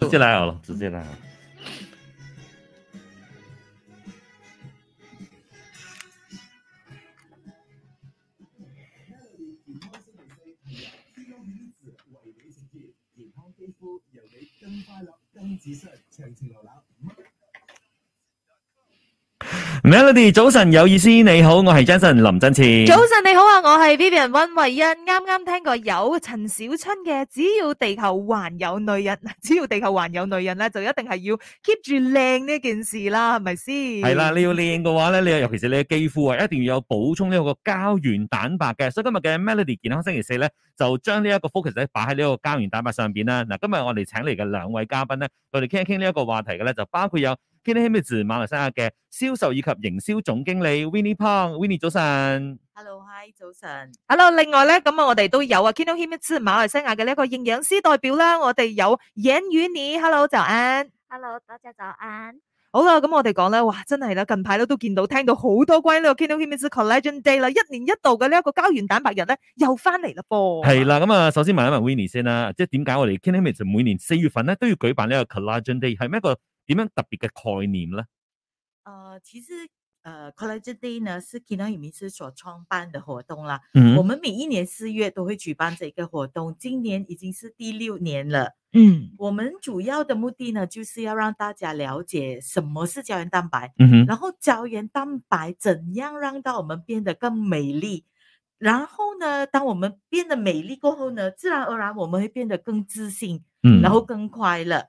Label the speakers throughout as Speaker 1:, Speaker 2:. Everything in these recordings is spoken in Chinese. Speaker 1: 直接来好了，直接来好了。Melody，早晨有意思，你好，我係 Jason 林振前。
Speaker 2: 早晨你好啊，我係 Vivian 温慧欣，啱啱聽過有陳小春嘅《只要地球還有女人》， 只要地球還有女人咧，就一定係要 keep 住靚呢件事啦，係咪先？
Speaker 1: 係啦，你要靚嘅話咧，你尤其是你嘅肌膚啊，一定要有補充呢個膠原蛋白嘅。所以今日嘅 Melody 健康星期四咧，就將呢一個 focus 咧擺喺呢個膠原蛋白上邊啦。嗱，今日我哋請嚟嘅兩位嘉賓咧，我哋傾一傾呢一個話題嘅咧，就包括有 k i n n y h i m i z 馬來西亞嘅銷售以及營銷總經理 Winnie Pang，Winnie 早晨。
Speaker 3: Hello，Hi，早晨。
Speaker 2: Hello，另外咧，咁啊，我哋都有啊 k i n o h i m i t s 馬來西亞嘅呢一個營養師代表啦，我哋有尹宇妮，Hello，早安。
Speaker 3: Hello，大家早安。
Speaker 2: 好啦，咁我哋講咧，哇，真係啦，近排咧都見到聽到好多關於呢個 k i n o h i m i t s Collagen Day 啦，一年一度嘅呢一個膠原蛋白日咧，又翻嚟啦噃。
Speaker 1: 係啦，咁啊，首先問一問 Winnie 先啦，即係點解我哋 k i n n y h i m i z 每年四月份咧都要舉辦呢個 Collagen Day，係咪一個點樣特別嘅概念咧？
Speaker 3: 呃，其实呃，College Day 呢是 Kina 影迷师所创办的活动啦。我
Speaker 1: 嗯，
Speaker 3: 们每一年四月都会举办这个活动，今年已经是第六年了。
Speaker 2: 嗯
Speaker 3: 我们主要的目的呢，就是要让大家了解什么是胶原蛋白，
Speaker 1: 嗯哼。
Speaker 3: 然后胶原蛋白怎样让到我们变得更美丽。然后呢，当我们变得美丽过后呢，自然而然我们会变得更自信，
Speaker 1: 嗯，
Speaker 3: 然后更快乐。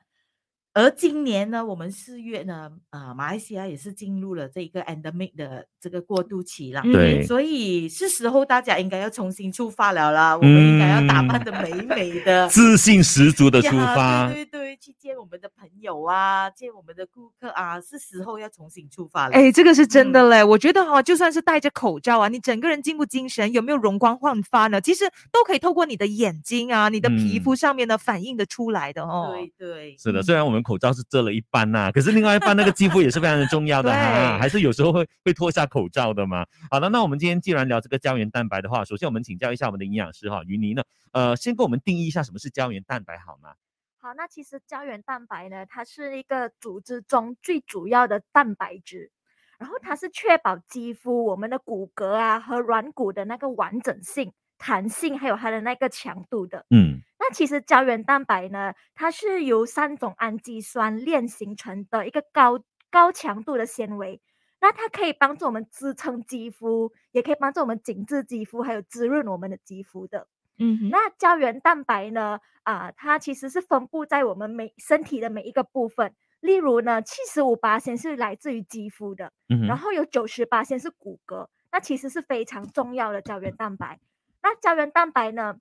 Speaker 3: 而今年呢，我们四月呢，呃，马来西亚也是进入了这个 endemic 的这个过渡期啦，
Speaker 2: 嗯
Speaker 1: 对
Speaker 3: 所以是时候大家应该要重新出发了啦，我们应该要打扮的美美的。
Speaker 1: 嗯自信十足的
Speaker 3: 呀
Speaker 1: 出发。
Speaker 3: 对对对，去见我们的朋友啊，见我们的顾客啊，是时候要重新出发了。嗯
Speaker 2: 哎，这个是真的嘞！我觉得哈、就算是戴着口罩啊，你整个人精不精神，有没有容光焕发呢？其实都可以透过你的眼睛啊、你的皮
Speaker 1: 嗯
Speaker 2: 肤上面呢、反映的出来的哦。
Speaker 3: 对对，
Speaker 1: 是的，虽然我们口罩是遮了一半呐、可是另外一半那个肌肤也是非常的重要的哈、
Speaker 2: 对
Speaker 1: 还是有时候会会脱下口罩的嘛。好了，那我们今天既然聊这个胶原蛋白的话，首先我们请教一下我们的营养师哈，于妮呢，呃，先跟我们定义一下什么是胶原蛋白好吗？
Speaker 4: 好，那其实胶原蛋白呢，它是一个组织中最主要的蛋白质，然后它是确保肌肤、我们的骨骼啊和软骨的那个完整性、弹性，还有它的那个强度的。
Speaker 1: 嗯
Speaker 4: 那其实胶原蛋白呢，它是由三种氨基酸链形成的一个高高强度的纤维。那它可以帮助我们支撑肌肤，也可以帮助我们紧致肌肤，还有滋润我们的肌肤的。
Speaker 2: 嗯哼，
Speaker 4: 那胶原蛋白呢？啊、它其实是分布在我们每身体的每一个部分。例如呢，七十五八先是来自于肌肤的，
Speaker 1: 嗯
Speaker 4: 然
Speaker 1: 哼，
Speaker 4: 后有九十八先是骨骼，那其实是非常重要的胶原蛋白。那胶原蛋白呢，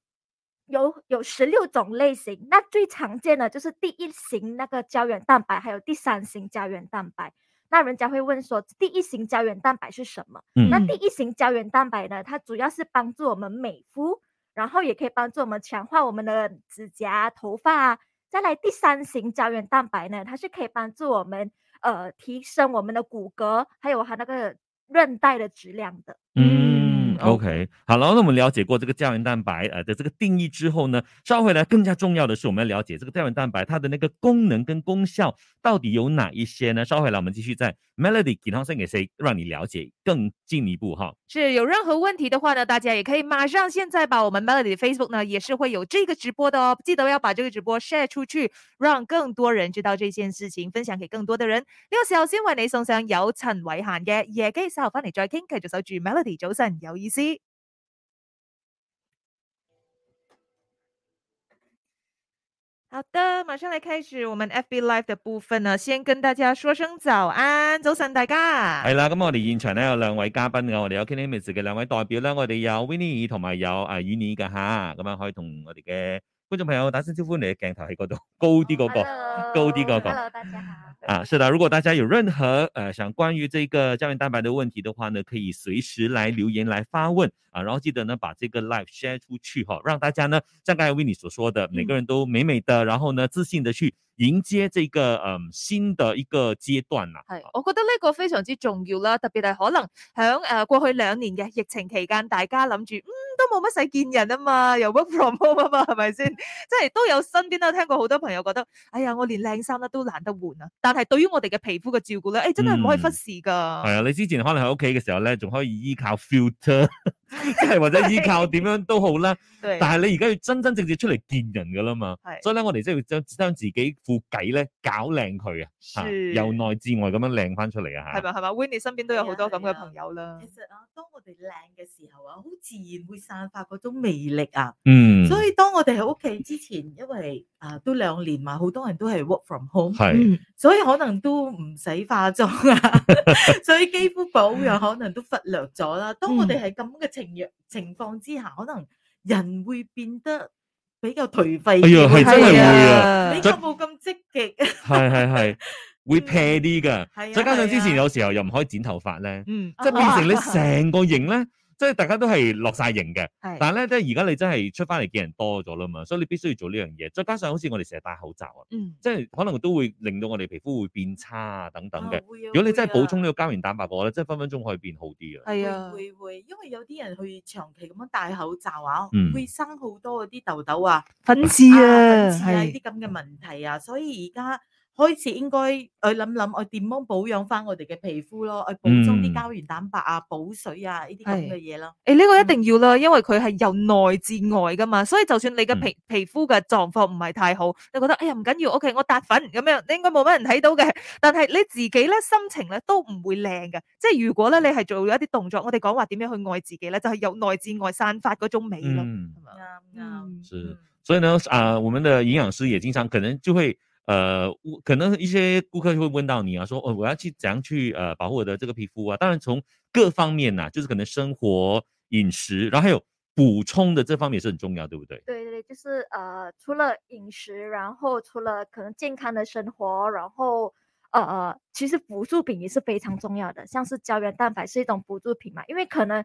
Speaker 4: 有有十六种类型，那最常见的就是第一型那个胶原蛋白，还有第三型胶原蛋白。那人家会问说，第一型胶原蛋白是什么？那
Speaker 1: 嗯
Speaker 4: 第一型胶原蛋白呢，它主要是帮助我们美肤，然后也可以帮助我们强化我们的指甲啊、头发啊。再来第三型胶原蛋白呢，它是可以帮助我们呃提升我们的骨骼，还有它那个韧带的质量的。
Speaker 1: 嗯
Speaker 2: 嗯
Speaker 1: ，OK，好了，那我们了解过这个胶原蛋白呃的这个定义之后呢，稍回来更加重要的是我们要了解这个胶原蛋白它的那个功能跟功效到底有哪一些呢？稍回来我们继续在 Melody 健康星期四让你了解更进一步哈。
Speaker 2: 是有任何问题的话呢，大家也可以马上现在把我们 Melody 的 Facebook 呢也是会有这个直播的哦，记得要把这个直播 share 出去，让更多人知道这件事情，分享给更多的人。呢、个时候先为你送上有陳偉娴嘅夜機，稍後翻嚟再傾，繼續守住 Melody 早晨有意思。好的，马上来开始我们 FB Live 的部分呢，先跟大家说声早安，早晨大家。
Speaker 1: 系啦，咁我哋現場咧有兩位嘉賓嘅，我哋有 k i n n y m i s 嘅兩位代表啦，我哋有 Winnie 同埋有啊 Uni 嘅吓，咁樣可以同我哋嘅觀眾朋友打聲招呼，你嘅鏡頭喺嗰度高啲嗰、個，
Speaker 4: Hello，
Speaker 1: 高啲嗰個
Speaker 4: Hello，大家好。
Speaker 1: 啊，是的，如果大家有任何呃想关于这个胶原蛋白的问题的话呢，可以随时来留言来发问啊，然后记得呢把这个 live share 出去哈、让大家呢像刚才为你所说的，每个人都美美的，然后呢自信的去迎接这个嗯、新的一個階段啦。
Speaker 2: 係，我覺得呢個非常之重要啦，特別係可能響誒、呃、過去兩年嘅疫情期間，大家諗住嗯都冇乜使見人啊嘛，又 work from home 啊嘛，係咪先？即係都有身邊都有聽過好多朋友覺得，哎呀，我連靚衫咧都懶得換啊！但係對於我哋嘅皮膚嘅照顧咧，誒、真係唔可以忽視㗎。
Speaker 1: 係啊，你之前可能喺屋企嘅時候咧，仲可以依靠 filter，即 係或者依靠點樣都好啦。
Speaker 2: 對
Speaker 1: 但係你而家要真真正正出嚟見人噶啦嘛，
Speaker 2: 係
Speaker 1: 所以咧我哋即係要將將自己副計咧搞靚佢啊，嚇
Speaker 2: 是
Speaker 1: 由內至外咁樣靚翻出嚟啊嚇。
Speaker 2: 係咪係咪 w i n n i e 身邊都有好多咁
Speaker 3: 係啊
Speaker 2: 嘅朋友啦
Speaker 3: 其。實啊，當我哋靚嘅時候啊，好自然會散發嗰種魅力啊。
Speaker 1: 嗯，
Speaker 3: 所以當我哋喺屋企之前，因為啊都兩年嘛，好多人都係 work from home，
Speaker 2: 嗯
Speaker 1: 係
Speaker 3: 所以可能都唔使化妝啊， 所以肌膚保養可能都忽略咗
Speaker 1: 嗯
Speaker 3: 啦。當我哋係咁嘅情若情況之下，可能人會變得比較頹廢
Speaker 1: 哎呀
Speaker 3: 啲，
Speaker 1: 係真係會啊
Speaker 3: 比
Speaker 1: 真
Speaker 3: 較冇咁積極。
Speaker 1: 係係係會 pair 啲噶，
Speaker 3: 係啊，
Speaker 1: 再加上之前
Speaker 3: 係啊啊
Speaker 1: 有時候又唔可以剪頭髮咧，
Speaker 2: 嗯，
Speaker 1: 即係變成你成個型咧，即係大家都係落晒型嘅。
Speaker 2: 係
Speaker 1: 但係咧，即係而家你真係出翻嚟見人多咗啦嘛，所以你必須要做呢樣嘢。再加上好似我哋成日戴口罩啊，
Speaker 2: 嗯
Speaker 1: 即係可能都會令到我哋皮膚會變差啊等等嘅
Speaker 3: 啊。會啊
Speaker 1: 如果你真係
Speaker 3: 會啊
Speaker 1: 補充呢個膠原蛋白嘅話咧，真係分分鐘可以變好啲嘅。
Speaker 2: 係啊，
Speaker 3: 會會會，因為有啲人去長期咁樣戴口罩啊，
Speaker 1: 嗯
Speaker 3: 會生好多嗰啲痘痘啊、
Speaker 2: 粉刺
Speaker 3: 啊、粉刺啊呢啲
Speaker 2: 係
Speaker 3: 咁嘅問題啊，所以而家開始應該去諗諗，我點樣保養翻我哋嘅皮膚咯，去補充
Speaker 1: 嗯
Speaker 3: 啲膠原蛋白啊、補水啊呢啲咁
Speaker 2: 係
Speaker 3: 嘅嘢咯。
Speaker 2: 誒呢個一定要啦，因為佢係由內至外噶嘛，所以就算你嘅皮皮膚嘅狀況唔係太好，你覺得哎呀唔緊要，OK，我搭粉咁樣，你應該冇乜人睇到嘅。 但係你自己咧心情咧都唔會靚嘅，即係如果咧你係做咗一啲動作，我哋講話點樣去愛自己咧，就係、由內至外散發嗰種美咯，
Speaker 1: 嗯，
Speaker 2: 係嘛
Speaker 3: 啱啱。
Speaker 2: 嗯
Speaker 1: 是
Speaker 3: 嗯。
Speaker 1: 所以呢，啊、我们的营养师也经常可能就会，呃，我可能一些顾客就会问到你啊，说，哦，我要去怎样去呃保护我的这个皮肤啊？当然从各方面呐、就是可能生活、饮食，然后还有补充的这方面也是很重要，对不对？
Speaker 4: 对对，就是呃，除了饮食，然后除了可能健康的生活，然后呃，其实辅助品也是非常重要的，像是胶原蛋白是一种辅助品嘛，因为可能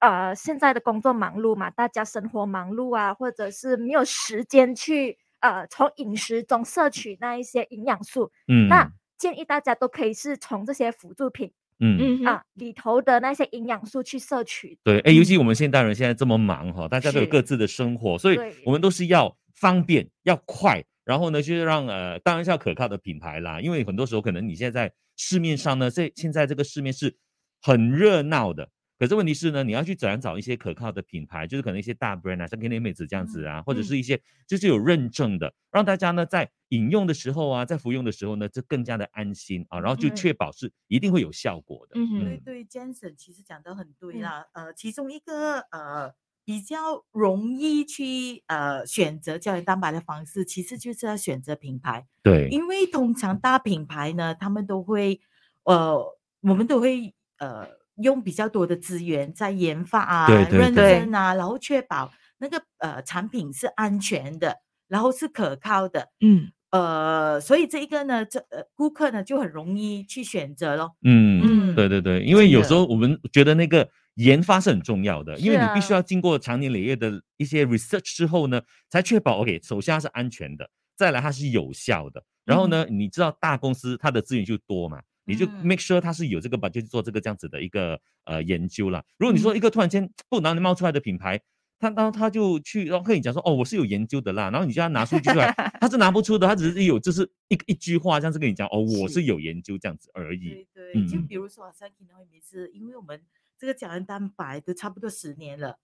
Speaker 4: 呃现在的工作忙碌嘛，大家生活忙碌啊，或者是没有时间去呃从饮食中摄取那一些营养素，
Speaker 1: 嗯，
Speaker 4: 那建议大家都可以是从这些辅助品
Speaker 1: 嗯。
Speaker 2: 嗯哼
Speaker 4: 啊里头的那些营养素去摄取。
Speaker 1: 对，哎，尤其我们现代人现在这么忙哈，大家都有
Speaker 4: 是
Speaker 1: 各自的生活，所以
Speaker 4: 对
Speaker 1: 我们都是要方便、要快，然后呢，就是让呃，当然是要可靠的品牌啦，因为很多时候可能你现在在市面上呢，这现在这个市面是很热闹的，可是问题是呢，你要去怎样找一些可靠的品牌，就是可能一些大 brand 啊，像 K N 妹子这样子啊，或者是一些就是有认证的，让大家呢在饮用的时候啊，在服用的时候呢，就更加的安心啊，然后就
Speaker 4: 嗯
Speaker 1: 确保是一定会有效果的。
Speaker 2: 嗯哼
Speaker 3: 对对，Jensen 其实讲得很对啦。
Speaker 2: 嗯
Speaker 3: 呃，其中一个呃比较容易去呃选择胶原蛋白的方式，其实就是要选择品牌，
Speaker 1: 对，
Speaker 3: 因为通常大品牌呢，他们都会呃，我们都会呃用比较多的资源在研发啊、
Speaker 1: 对对
Speaker 3: 认
Speaker 1: 对
Speaker 3: 证啊，然后确保那个呃产品是安全的，然后是可靠的。
Speaker 2: 嗯
Speaker 3: 呃，所以这一个呢，这呃顾客呢就很容易去选择咯。
Speaker 1: 嗯
Speaker 2: 嗯
Speaker 1: 对对对，因为有
Speaker 3: 的
Speaker 1: 时候我们觉得那个研发是很重要的，因为
Speaker 4: 是
Speaker 1: 你必须
Speaker 4: 啊
Speaker 1: 要经过长年累月的一些 research 之后呢，才确保 OK，首先它是安全的，再来它是有效的。然后呢，你知道大公司它的资源就多嘛，你就
Speaker 3: 嗯
Speaker 1: make sure 它是有这个吧，就做这个这样子的一个呃研究啦。如果你说
Speaker 3: 嗯
Speaker 1: 一个突然间不哪里冒出来的品牌，他然后他就去然后跟你讲说哦我是有研究的啦，然后你就要拿数据出来，他是拿不出的，他只是有就是一一句话这样子跟你讲哦我
Speaker 3: 是
Speaker 1: 是有研究这样子而已。
Speaker 3: 对对，就
Speaker 1: 嗯
Speaker 3: 比如说好像 k i n o 每次，因为我们这个胶原蛋白都差不多十年了，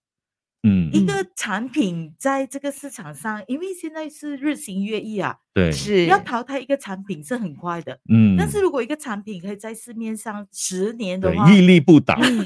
Speaker 1: 嗯，
Speaker 3: 一个产品在这个市场上，因为现在是日新月异啊，
Speaker 1: 对，
Speaker 2: 是
Speaker 3: 要淘汰一个产品是很快的。
Speaker 1: 嗯，
Speaker 3: 但是如果一个产品可以在市面上十年的
Speaker 1: 对
Speaker 3: 话，
Speaker 1: 屹立不倒，
Speaker 2: 嗯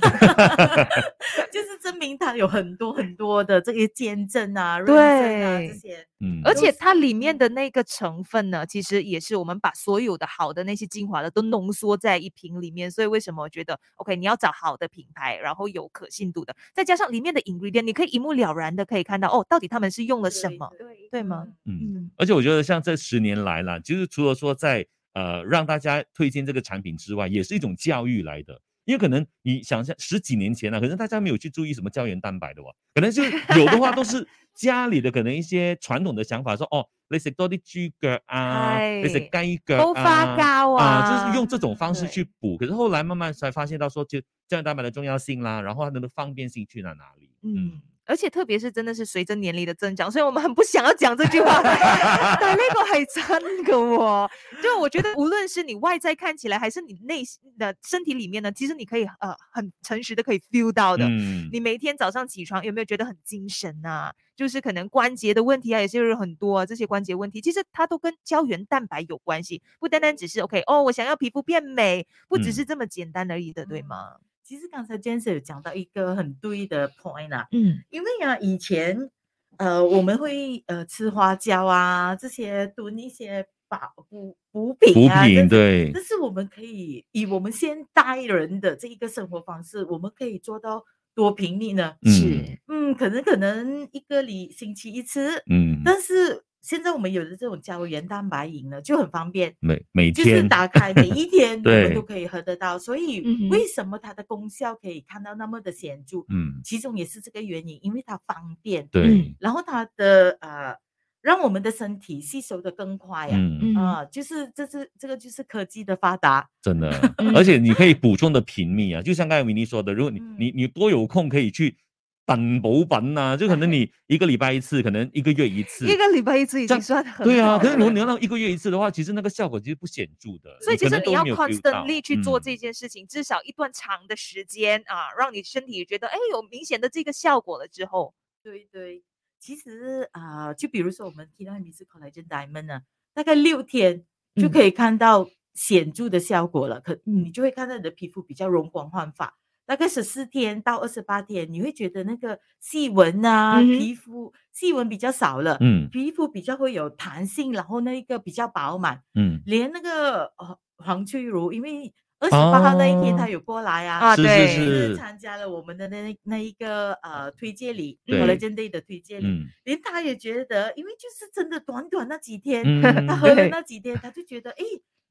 Speaker 3: 就是证明它有很多很多的这些见证啊、认证啊
Speaker 2: 对
Speaker 3: 这些。
Speaker 1: 嗯，
Speaker 2: 而
Speaker 3: 都
Speaker 2: 且
Speaker 3: 是
Speaker 2: 它里面的那个成分呢，其实也是我们把所有的好的那些精华的都浓缩在一瓶里面。所以为什么我觉得 OK，你要找好的品牌，然后有可信度的，再加上里面的 ingredient，你可以一目了然的可以看到哦，到底他们是用了什么，
Speaker 3: 对
Speaker 2: 对吗？
Speaker 3: 嗯
Speaker 1: 嗯，
Speaker 2: 嗯，
Speaker 1: 而且我觉得像这十年来啦，就是除了说在。呃让大家推荐这个产品之外，也是一种教育来的。因为可能你想象十几年前呢、啊，可能大家没有去注意什么胶原蛋白的喎，可能就有的话都是家里的可能一些傳統嘅想法，說哦，你食多啲豬腳啊，你食雞腳
Speaker 2: 煲花
Speaker 1: 啊，
Speaker 2: 膠啊，
Speaker 1: 啊，就是用这种方式
Speaker 3: 对
Speaker 1: 去补。可是后来慢慢才发现到说，就胶原蛋白的重要性啦，然后它的方便性去了哪里？嗯
Speaker 3: 嗯，
Speaker 2: 而且特别是真的是随着年龄的增长，所以我们很不想要讲这句 话，但那个还真的哦。就我觉得，无论是你外在看起来，还是你内心的身体里面呢，其实你可以呃很诚实的可以 feel 到的。
Speaker 1: 嗯
Speaker 2: 你每天早上起床有没有觉得很精神呐、就是可能关节的问题啊，也是很多、啊、这些关节问题，其实它都跟胶原蛋白有关系，不单单只是 OK 哦，我想要皮肤变美，不只
Speaker 1: 嗯
Speaker 2: 是这么简单而已的，对
Speaker 3: 嗯
Speaker 2: 吗？
Speaker 3: 其实刚才 j a n s e 有讲到一个很对的 point 啊，
Speaker 2: 嗯，
Speaker 3: 因为啊，以前呃我们会呃吃花椒啊，这些炖一些把补
Speaker 1: 补
Speaker 3: 补品啊，
Speaker 1: 品
Speaker 3: 这
Speaker 1: 对
Speaker 3: 但，是我们可以以我们现代人的这一个生活方式，我们可以做到多频率呢？
Speaker 1: 嗯
Speaker 3: 嗯，可能可能一个礼星期一次，
Speaker 1: 嗯，
Speaker 3: 但是现在我们有了这种胶原蛋白饮呢，就很方便，
Speaker 1: 每每
Speaker 3: 就是
Speaker 1: 天
Speaker 3: 打开每一天我
Speaker 1: 对
Speaker 3: 们都可以喝得到。所
Speaker 2: 嗯
Speaker 3: 以
Speaker 2: 哼
Speaker 3: 为什么它的功效可以看到那么的显著？
Speaker 1: 嗯
Speaker 3: 其中也是这个原因，因为它方便，
Speaker 2: 哎
Speaker 1: 对
Speaker 3: 然后它的呃让我们的身体吸收的更快呀、
Speaker 1: 嗯
Speaker 2: 嗯
Speaker 3: 啊。就是这是这个就是科技的发达，
Speaker 1: 真的，
Speaker 2: 嗯
Speaker 1: 而且你可
Speaker 2: 哎
Speaker 1: 以补充的频密啊，就像刚才维尼说的，如果你
Speaker 3: 嗯
Speaker 1: 你你多有空可以去等补品啊，就可能你一个礼拜一次，可能一个月一次，
Speaker 2: 一个礼拜一次已
Speaker 1: 这
Speaker 2: 经
Speaker 1: 样
Speaker 2: 算很
Speaker 1: 对啊，
Speaker 2: 好
Speaker 1: 可是如果
Speaker 2: 了
Speaker 1: 你要让一个月一次的话，其实那个效果其实不显著的，
Speaker 2: 所以其
Speaker 1: 可
Speaker 2: 实
Speaker 1: 能
Speaker 2: 你
Speaker 1: 都
Speaker 2: 要
Speaker 1: 没有 feel 到
Speaker 2: constantly 去做
Speaker 1: 嗯
Speaker 2: 这件事情，至少一段长的时间啊，让你身体觉得哎有明显的这个效果了之后，
Speaker 3: 对对，其实啊、呃就比如说我们提到的 Miss Collagen Diamond 呢，大概六天就
Speaker 2: 嗯
Speaker 3: 可以看到显著的效果了，可你就会看到你的皮肤比较容光焕发。大概十四天到二十八天，你会觉得那个细纹啊，
Speaker 2: 嗯哼
Speaker 3: 皮肤细纹比较少了，
Speaker 1: 嗯
Speaker 3: 皮肤比较会有弹性，然后那个比较饱满，
Speaker 1: 嗯，
Speaker 3: 连那个呃黄翠如，因为二十八号那一天她
Speaker 1: 哦
Speaker 3: 有过来啊，
Speaker 2: 啊
Speaker 1: 是
Speaker 2: 对
Speaker 1: 是是，
Speaker 3: 参加了我们的那那一个呃推介礼
Speaker 1: 对
Speaker 3: ，Collagen Day 的推介礼，
Speaker 1: 嗯
Speaker 3: 连他也觉得，因为就是真的短短那几天，
Speaker 1: 嗯
Speaker 3: 他，喝了
Speaker 2: 对
Speaker 3: 那几天，他就觉得，哎，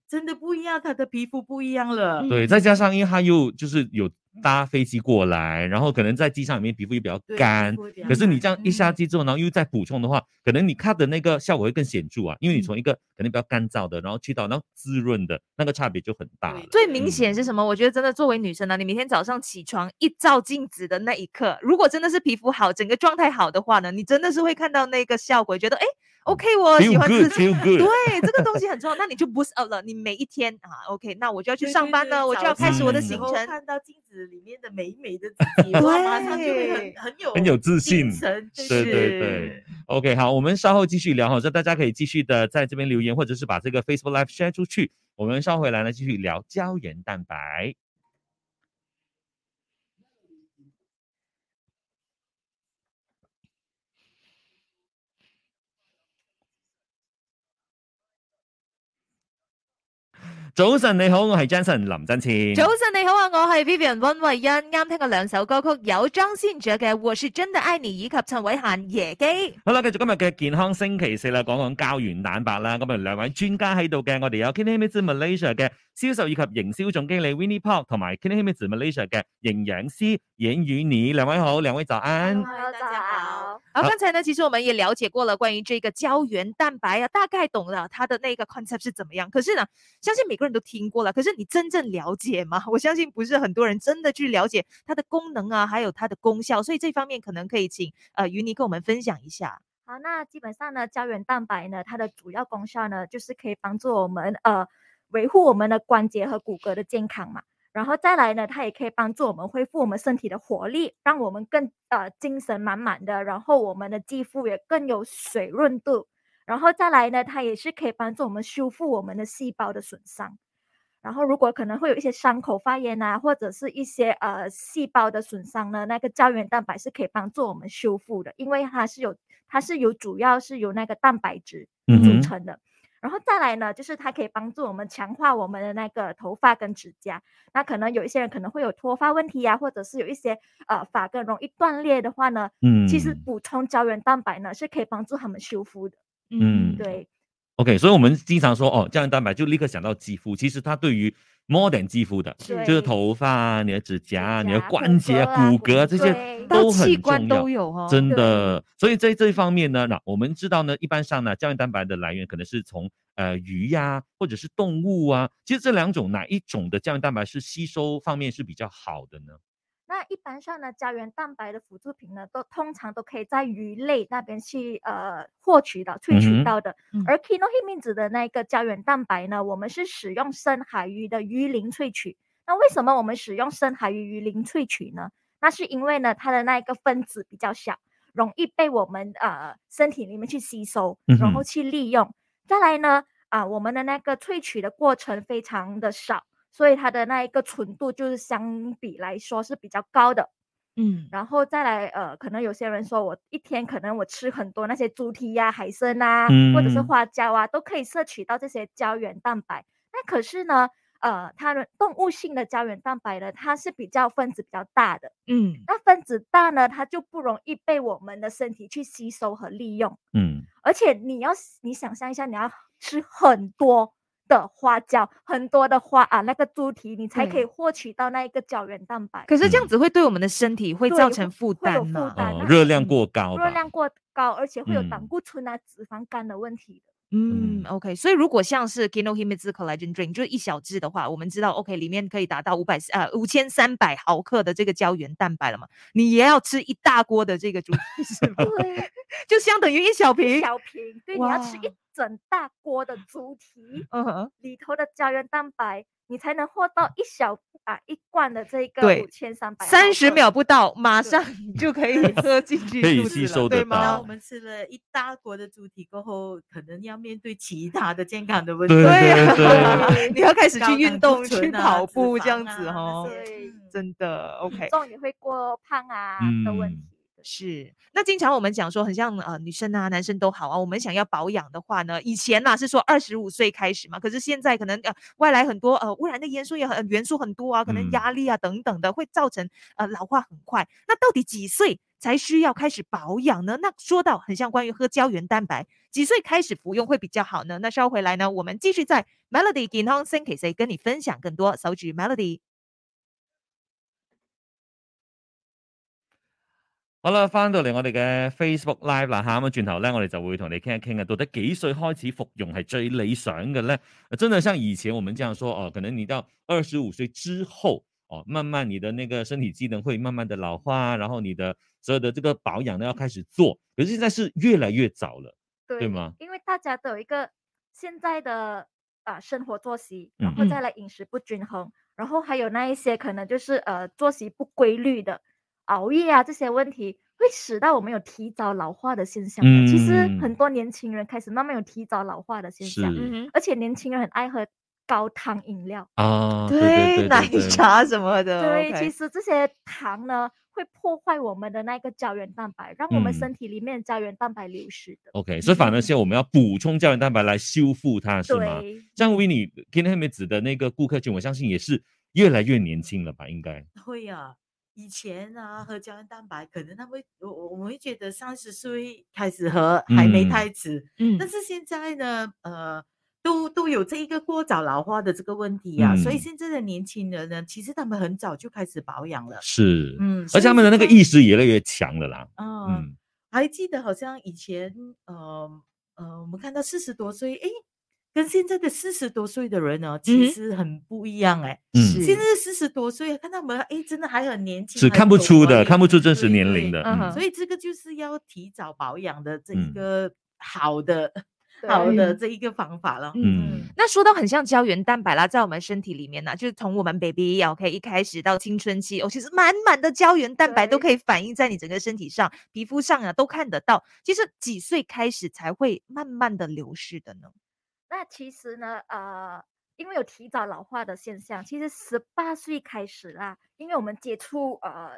Speaker 3: 真的不一样，他的皮肤不一样了。
Speaker 1: 对，再加上因为他又就是有搭飞机过来，然后可能在机场里面皮肤又比较
Speaker 3: 对皮
Speaker 1: 干
Speaker 3: 肤会比，较
Speaker 1: 可是你
Speaker 3: 干
Speaker 1: 这样一下
Speaker 3: 嗯
Speaker 1: 机之后，然后又再补充的话，可能你看的那个效果会更显著啊，因为你
Speaker 3: 嗯
Speaker 1: 从一个可能比较干燥的，然后去到然后滋润的那个差别就很大了。
Speaker 2: 最
Speaker 3: 对
Speaker 2: 明
Speaker 1: 嗯
Speaker 2: 显是什么？我觉得真的作为女生呢、你每天早上起床一照镜子的那一刻，如果真的是皮肤好，整个状态好的话呢，你真的是会看到那个效果，觉得哎，OK，我喜
Speaker 1: 嗯 Feel
Speaker 2: 欢自
Speaker 1: good,
Speaker 2: 己。
Speaker 1: feel good。
Speaker 2: 对，这个东西很重要，那你 就 boost up 了。你每一天啊，OK，那我就要去
Speaker 3: 对
Speaker 2: 上
Speaker 3: 对
Speaker 2: 班
Speaker 3: 对
Speaker 2: 了，我就
Speaker 3: 早
Speaker 2: 要开始我的
Speaker 1: 嗯
Speaker 3: 上
Speaker 2: 行
Speaker 3: 时候
Speaker 2: 程。
Speaker 3: 看到镜子里面的美美 的自己，哇，马上就会
Speaker 2: 对
Speaker 3: 很很有
Speaker 1: 很有自
Speaker 3: 精
Speaker 1: 信
Speaker 3: 神
Speaker 1: 对对对。OK，好，我们稍后继续聊哈，这大家可以继续的在这边留言，或者是把这个 Facebook Live share 出去。我们稍回来呢，继续聊胶原蛋白。早晨你好，我系 Jason 林振前。
Speaker 2: 早晨你好啊，我系 Vivian 温慧欣，啱聽過兩首歌曲，有張信哲嘅《我是真的愛你》以及陳偉嫻《夜機》。
Speaker 1: 好啦，繼續今日嘅健康星期四啦，講講膠原蛋白啦。咁啊，兩位專家喺度嘅，我哋有 k i n e m i t Malaysia 嘅銷售以及營銷總經理 Winnie Park 同埋 k i n e m i t Malaysia 嘅營養師尹宇妮，兩位好，兩位早安。
Speaker 4: Hello，
Speaker 3: 大
Speaker 4: 早
Speaker 3: 家好
Speaker 4: 安
Speaker 2: 嗯好，
Speaker 1: 好
Speaker 2: 刚才呢，其實我們也了解過了關於這個膠原蛋白啊，大概懂了它的那個 concept 是怎麼樣。可是呢，相信每個人都聽過了，可是你真正了解嗎？我相信不是很多人真的去了解它的功能啊，還有它的功效。所以這方面可能可以請呃于妮跟我們分享一下。
Speaker 4: 好，那基本上呢，胶原蛋白呢，它的主要功效呢，就是可以帮助我们呃维护我们的关节和骨骼的健康嘛。然后再来呢，它也可以帮助我们恢复我们身体的活力，让我们更呃精神满满的，然后我们的肌肤也更有水润度。然后再来呢，它也是可以帮助我们修复我们的细胞的损伤。然后如果可能会有一些伤口发炎啊，或者是一些呃细胞的损伤呢，那个胶原蛋白是可以帮助我们修复的，因为它是有它是由主要是由那个蛋白质
Speaker 1: 嗯
Speaker 4: 组
Speaker 1: 哼
Speaker 4: 成的。然后再来呢，就是它可以帮助我们强化我们的那个头发跟指甲。那可能有一些人可能会有脱发问题呀、或者是有一些呃发根容易断裂的话呢，
Speaker 1: 嗯
Speaker 4: 其实补充胶原蛋白呢是可以帮助他们修复的。
Speaker 1: 嗯
Speaker 4: 对，
Speaker 1: OK，所以我们经常说哦，胶原蛋白就立刻想到肌肤，其实它对于 more than 肌肤的，
Speaker 4: 对
Speaker 1: 就是头发啊、你的指甲啊、你的
Speaker 4: 骨
Speaker 1: 关节
Speaker 4: 骼
Speaker 1: 啊、
Speaker 4: 啊
Speaker 1: 骨骼啊这些
Speaker 4: 对
Speaker 2: 到
Speaker 1: 都很
Speaker 2: 器官
Speaker 1: 重要
Speaker 2: 都有哦。
Speaker 1: 真的，所以在这一方面呢，那我们知道呢，一般上呢，胶原蛋白的来源可能是从呃鱼呀、或者是动物啊。其实这两种哪一种的胶原蛋白是吸收方面是比较好的呢？
Speaker 4: 那一般上呢，胶原蛋白的辅助品呢，都通常都可以在鱼类那边去呃获取到、萃
Speaker 1: 嗯
Speaker 4: 取
Speaker 1: 哼
Speaker 4: 到的。
Speaker 2: 嗯
Speaker 4: 而 k i n o h i m i n 指的那个胶原蛋白呢，我们是使用深海鱼的鱼鳞萃取。那为什么我们使用深海鱼鱼鳞萃取呢？那是因为呢，它的那一个分子比较小，容易被我们呃身体里面去吸收，然
Speaker 1: 嗯哼
Speaker 4: 后去利用。再来呢，啊、我们的那个萃取的过程非常的少，所以它的那一个纯度就是相比来说是比较高的。
Speaker 2: 嗯，
Speaker 4: 然后再来，呃，可能有些人说我一天可能我吃很多那些猪蹄呀、海参啊，或者是
Speaker 1: 嗯
Speaker 4: 花椒啊，都可以摄取到这些胶原蛋白。那可是呢，呃，它的动物性的胶原蛋白呢，它是比较分子比较大的，
Speaker 2: 嗯，
Speaker 4: 那分子大呢，它就不容易被我们的身体去吸收和利用。
Speaker 1: 嗯，
Speaker 4: 而且你要是你想象一下，你要吃很多的花椒，很多的花啊，那个猪蹄，你才可以
Speaker 2: 嗯
Speaker 4: 获取到那一个胶原蛋白。
Speaker 2: 可是
Speaker 1: 嗯
Speaker 2: 这样子会对我们的身体会
Speaker 4: 对
Speaker 2: 造
Speaker 4: 会
Speaker 2: 成负
Speaker 4: 会
Speaker 2: 担
Speaker 4: 有负
Speaker 2: 嘛？
Speaker 4: 担
Speaker 1: 哦，
Speaker 4: 那
Speaker 1: 热量
Speaker 4: 嗯
Speaker 1: 过高吧
Speaker 4: 热，量过高，而且会有
Speaker 1: 嗯
Speaker 4: 胆固醇啊、脂肪肝的问题
Speaker 2: 嗯
Speaker 4: 的。
Speaker 1: 嗯
Speaker 2: ，OK，所以如果像是 Kino Himitsu Collagen Drink 就是一小支的话，我们知道 OK 里面可以达到五百呃五千三百毫克的这个胶原蛋白了嘛，你也要吃一大锅的这个猪蹄是吗？
Speaker 4: 对，
Speaker 2: 就相等于一小瓶。
Speaker 4: 小瓶，对，你要吃
Speaker 2: 哇
Speaker 4: 一整大锅的猪 蹄，
Speaker 2: 嗯哼，
Speaker 4: 里头的胶原蛋白，你才能获到一小啊一罐的这个
Speaker 2: 对
Speaker 4: 五千三百。
Speaker 2: 三十秒不到，马上你就可以喝进去
Speaker 1: 可以
Speaker 2: 肚子
Speaker 1: 吸
Speaker 2: 了
Speaker 1: 收
Speaker 2: 对
Speaker 1: 得
Speaker 2: 吗？
Speaker 3: 然后
Speaker 1: 到
Speaker 3: 我 们吃了一大锅的猪蹄过后，可能要面对其他的健康的问题。
Speaker 1: 对
Speaker 2: 对
Speaker 1: 对
Speaker 2: 啊
Speaker 1: 对，
Speaker 2: 你要开始
Speaker 3: 高
Speaker 2: 去
Speaker 3: 胆
Speaker 2: 运
Speaker 3: 固
Speaker 2: 动、去
Speaker 3: 醇啊
Speaker 2: 跑
Speaker 3: 脂
Speaker 2: 步这
Speaker 3: 肪
Speaker 2: 样
Speaker 3: 啊
Speaker 2: 子
Speaker 3: 那
Speaker 2: 哦，
Speaker 3: 些
Speaker 4: 对
Speaker 3: 嗯
Speaker 2: 真的 OK。
Speaker 4: 重也会过胖啊的问
Speaker 1: 嗯
Speaker 4: 题。
Speaker 2: 是，那经常我们讲说，很像呃女生啊、男生都好啊，我们想要保养的话呢，以前呐、是说二十五岁开始嘛，可是现在可能呃外来很多呃污染的元素也很元素很多啊，可能
Speaker 1: 嗯
Speaker 2: 压力啊等等的，会造成呃老化很快。那到底几岁才需要开始保养呢？那说到很像关于喝胶原蛋白，几岁开始服用会比较好呢？那稍回来呢，我们继续在 Melody 健康星期四跟你分享更多，手指 Melody。
Speaker 1: 好啦，翻到嚟我哋嘅 Facebook Live 啦吓，咁啊轉頭咧，我哋就會同你傾一傾啊，到底幾歲開始服用係最理想嘅咧？真的像以前我們這樣說哦，可能你到二十五歲之後哦，慢慢你的那個身體機能會慢慢的老化啊，然後你的所有的這個保養呢要開始做，可是現在是越來越早了，
Speaker 4: 对
Speaker 1: 对吗？
Speaker 4: 因为大家都有一个现在的啊、呃生活作息，然后
Speaker 2: 嗯
Speaker 4: 再来饮食不均衡，然后还有那一些可能就是呃作息不规律的熬夜啊这些问题，会使到我们有提早老化的现象的。其实很
Speaker 1: 嗯
Speaker 4: 多年轻人开始慢慢有提早老化的现
Speaker 1: 是
Speaker 4: 象，
Speaker 2: 哼。
Speaker 4: 而且年轻人很爱喝高糖饮料。
Speaker 1: 啊，对
Speaker 2: 对，
Speaker 1: 对
Speaker 2: 奶
Speaker 1: 对对对，
Speaker 2: 茶什么
Speaker 1: 哦
Speaker 2: 的，哦
Speaker 4: 对
Speaker 2: OK
Speaker 4: 其实这些糖呢会破坏我们的那个胶原蛋白，让我
Speaker 1: 嗯
Speaker 4: 们身体里面的胶原蛋白流失的。
Speaker 1: OK，所以反而现在我们要补充胶原蛋白来修复它，是吗？
Speaker 4: 对，
Speaker 1: 像 w i n n i e 今天 m 子的那个顾客群，我相信也是越来越年轻了吧？应该。
Speaker 3: 会啊，以前啊喝胶原蛋白，可能他们会我我我们会觉得三十岁开始喝还没
Speaker 1: 嗯
Speaker 3: 太迟，
Speaker 2: 嗯
Speaker 3: 但是现在呢，呃，都都有这一个过早老化的这个问题啊，所以
Speaker 1: 嗯
Speaker 3: 现在的年轻人呢，其实他们很早就开始保养了，
Speaker 1: 是，
Speaker 3: 嗯，
Speaker 1: 而
Speaker 3: 所以
Speaker 1: 且他们的那
Speaker 3: 现
Speaker 1: 个
Speaker 3: 在
Speaker 1: 意，识也越来越强了啦。
Speaker 3: 嗯，
Speaker 1: 嗯，
Speaker 3: 还记得好像以前，呃呃，我们看到四十多岁，诶，跟现在的四十多岁的人呢，
Speaker 2: 嗯
Speaker 3: 其
Speaker 2: 哼
Speaker 3: 实很不一样诶。
Speaker 1: 嗯
Speaker 3: 现在四十多岁，看他们诶，真的还很年轻，
Speaker 1: 是
Speaker 3: 很
Speaker 1: 看不
Speaker 3: 有
Speaker 1: 出
Speaker 3: 活
Speaker 1: 的，
Speaker 3: 力
Speaker 1: 看不出真实
Speaker 3: 对
Speaker 1: 年
Speaker 3: 对
Speaker 1: 龄的。
Speaker 2: 嗯
Speaker 1: 嗯
Speaker 3: 所以这个就是要提早保养的这一
Speaker 1: 嗯
Speaker 3: 个好的、
Speaker 4: 对
Speaker 3: 好的
Speaker 2: 嗯
Speaker 3: 这一个方法了。
Speaker 1: 嗯
Speaker 3: 嗯，
Speaker 2: 那说到很像胶原蛋白啦，在我们身体里面呢、就是从我们 baby OK 一开始到青春期，哦，其实满满的胶原蛋白都可以反映在你整个身体上、皮肤上啊，都看得到。其实几岁开始才会慢慢的流失的呢？
Speaker 4: 那其实呢，呃，因为有提早老化的现象，其实十八岁开始啦，因为我们接触呃，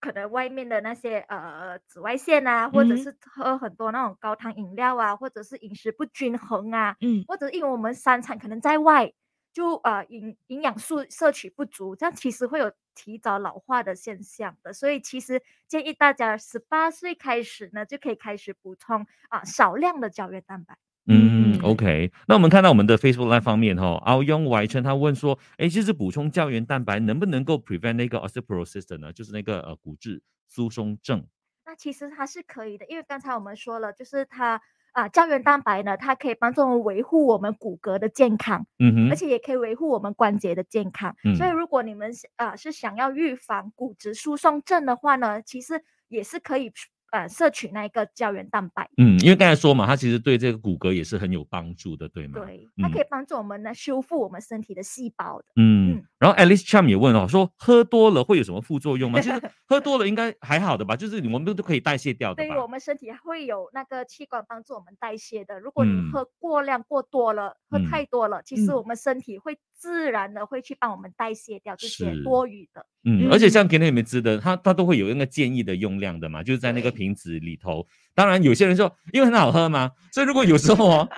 Speaker 4: 可能外面的那些呃紫外线啊，或者
Speaker 2: 嗯
Speaker 4: 是喝很多那种高糖饮料啊，或者是饮食不均衡啊，
Speaker 2: 嗯，
Speaker 4: 或者因为我们三餐可能在外，就呃营营养素摄取不足，这样其实会有提早老化的现象的。所以其实建议大家十八岁开始呢，就可以开始补充啊、少量的胶原蛋白。
Speaker 1: 嗯
Speaker 3: 嗯
Speaker 1: ，OK。那我们看到我们的 Facebook Live 方面哈、哦，敖雍怀称他问说，诶，就是补充胶原蛋白能不能够 prevent 那个 osteoporosis 的呢？就是那个呃骨质疏松症。
Speaker 4: 那其实它是可以的，因为刚才我们说了，就是它啊胶原蛋白呢，它可以帮助我们维护我们骨骼的健康，
Speaker 1: 嗯哼，
Speaker 4: 而且也可以维护我们关节的健康。所以
Speaker 1: 嗯
Speaker 4: 如果你们是啊是想要预防骨质疏松症的话呢，其实也是可以呃摄取那一个胶原蛋白，
Speaker 1: 嗯，因为刚才说嘛，它其实对这个骨骼也是很有帮助的，对吗？
Speaker 4: 对，它可以帮助我们呢修复我们身体的细胞的。
Speaker 1: 嗯
Speaker 4: 嗯，
Speaker 1: 然后 Alice Cham 也问哦，说喝多了会有什么副作用吗？其实喝多了应该还好的吧，就是我们都可以代谢掉的
Speaker 4: 对于
Speaker 1: 吧。
Speaker 4: 我们身体会有那个器官帮助我们代谢的。如果你
Speaker 1: 嗯
Speaker 4: 喝过量、过多了，
Speaker 1: 嗯
Speaker 4: 喝太多了，其实
Speaker 3: 嗯
Speaker 4: 我们身体会自然的会去帮我们代谢掉这
Speaker 1: 是
Speaker 4: 些多余的。
Speaker 1: 嗯，而且
Speaker 3: 嗯
Speaker 1: 像 Kenny 梅兹的，它它都会有那个建议的用量的嘛，就是在那个
Speaker 4: 对
Speaker 1: 瓶子里头。当然，有些人说因为很好喝嘛，所以如果有时候 哦，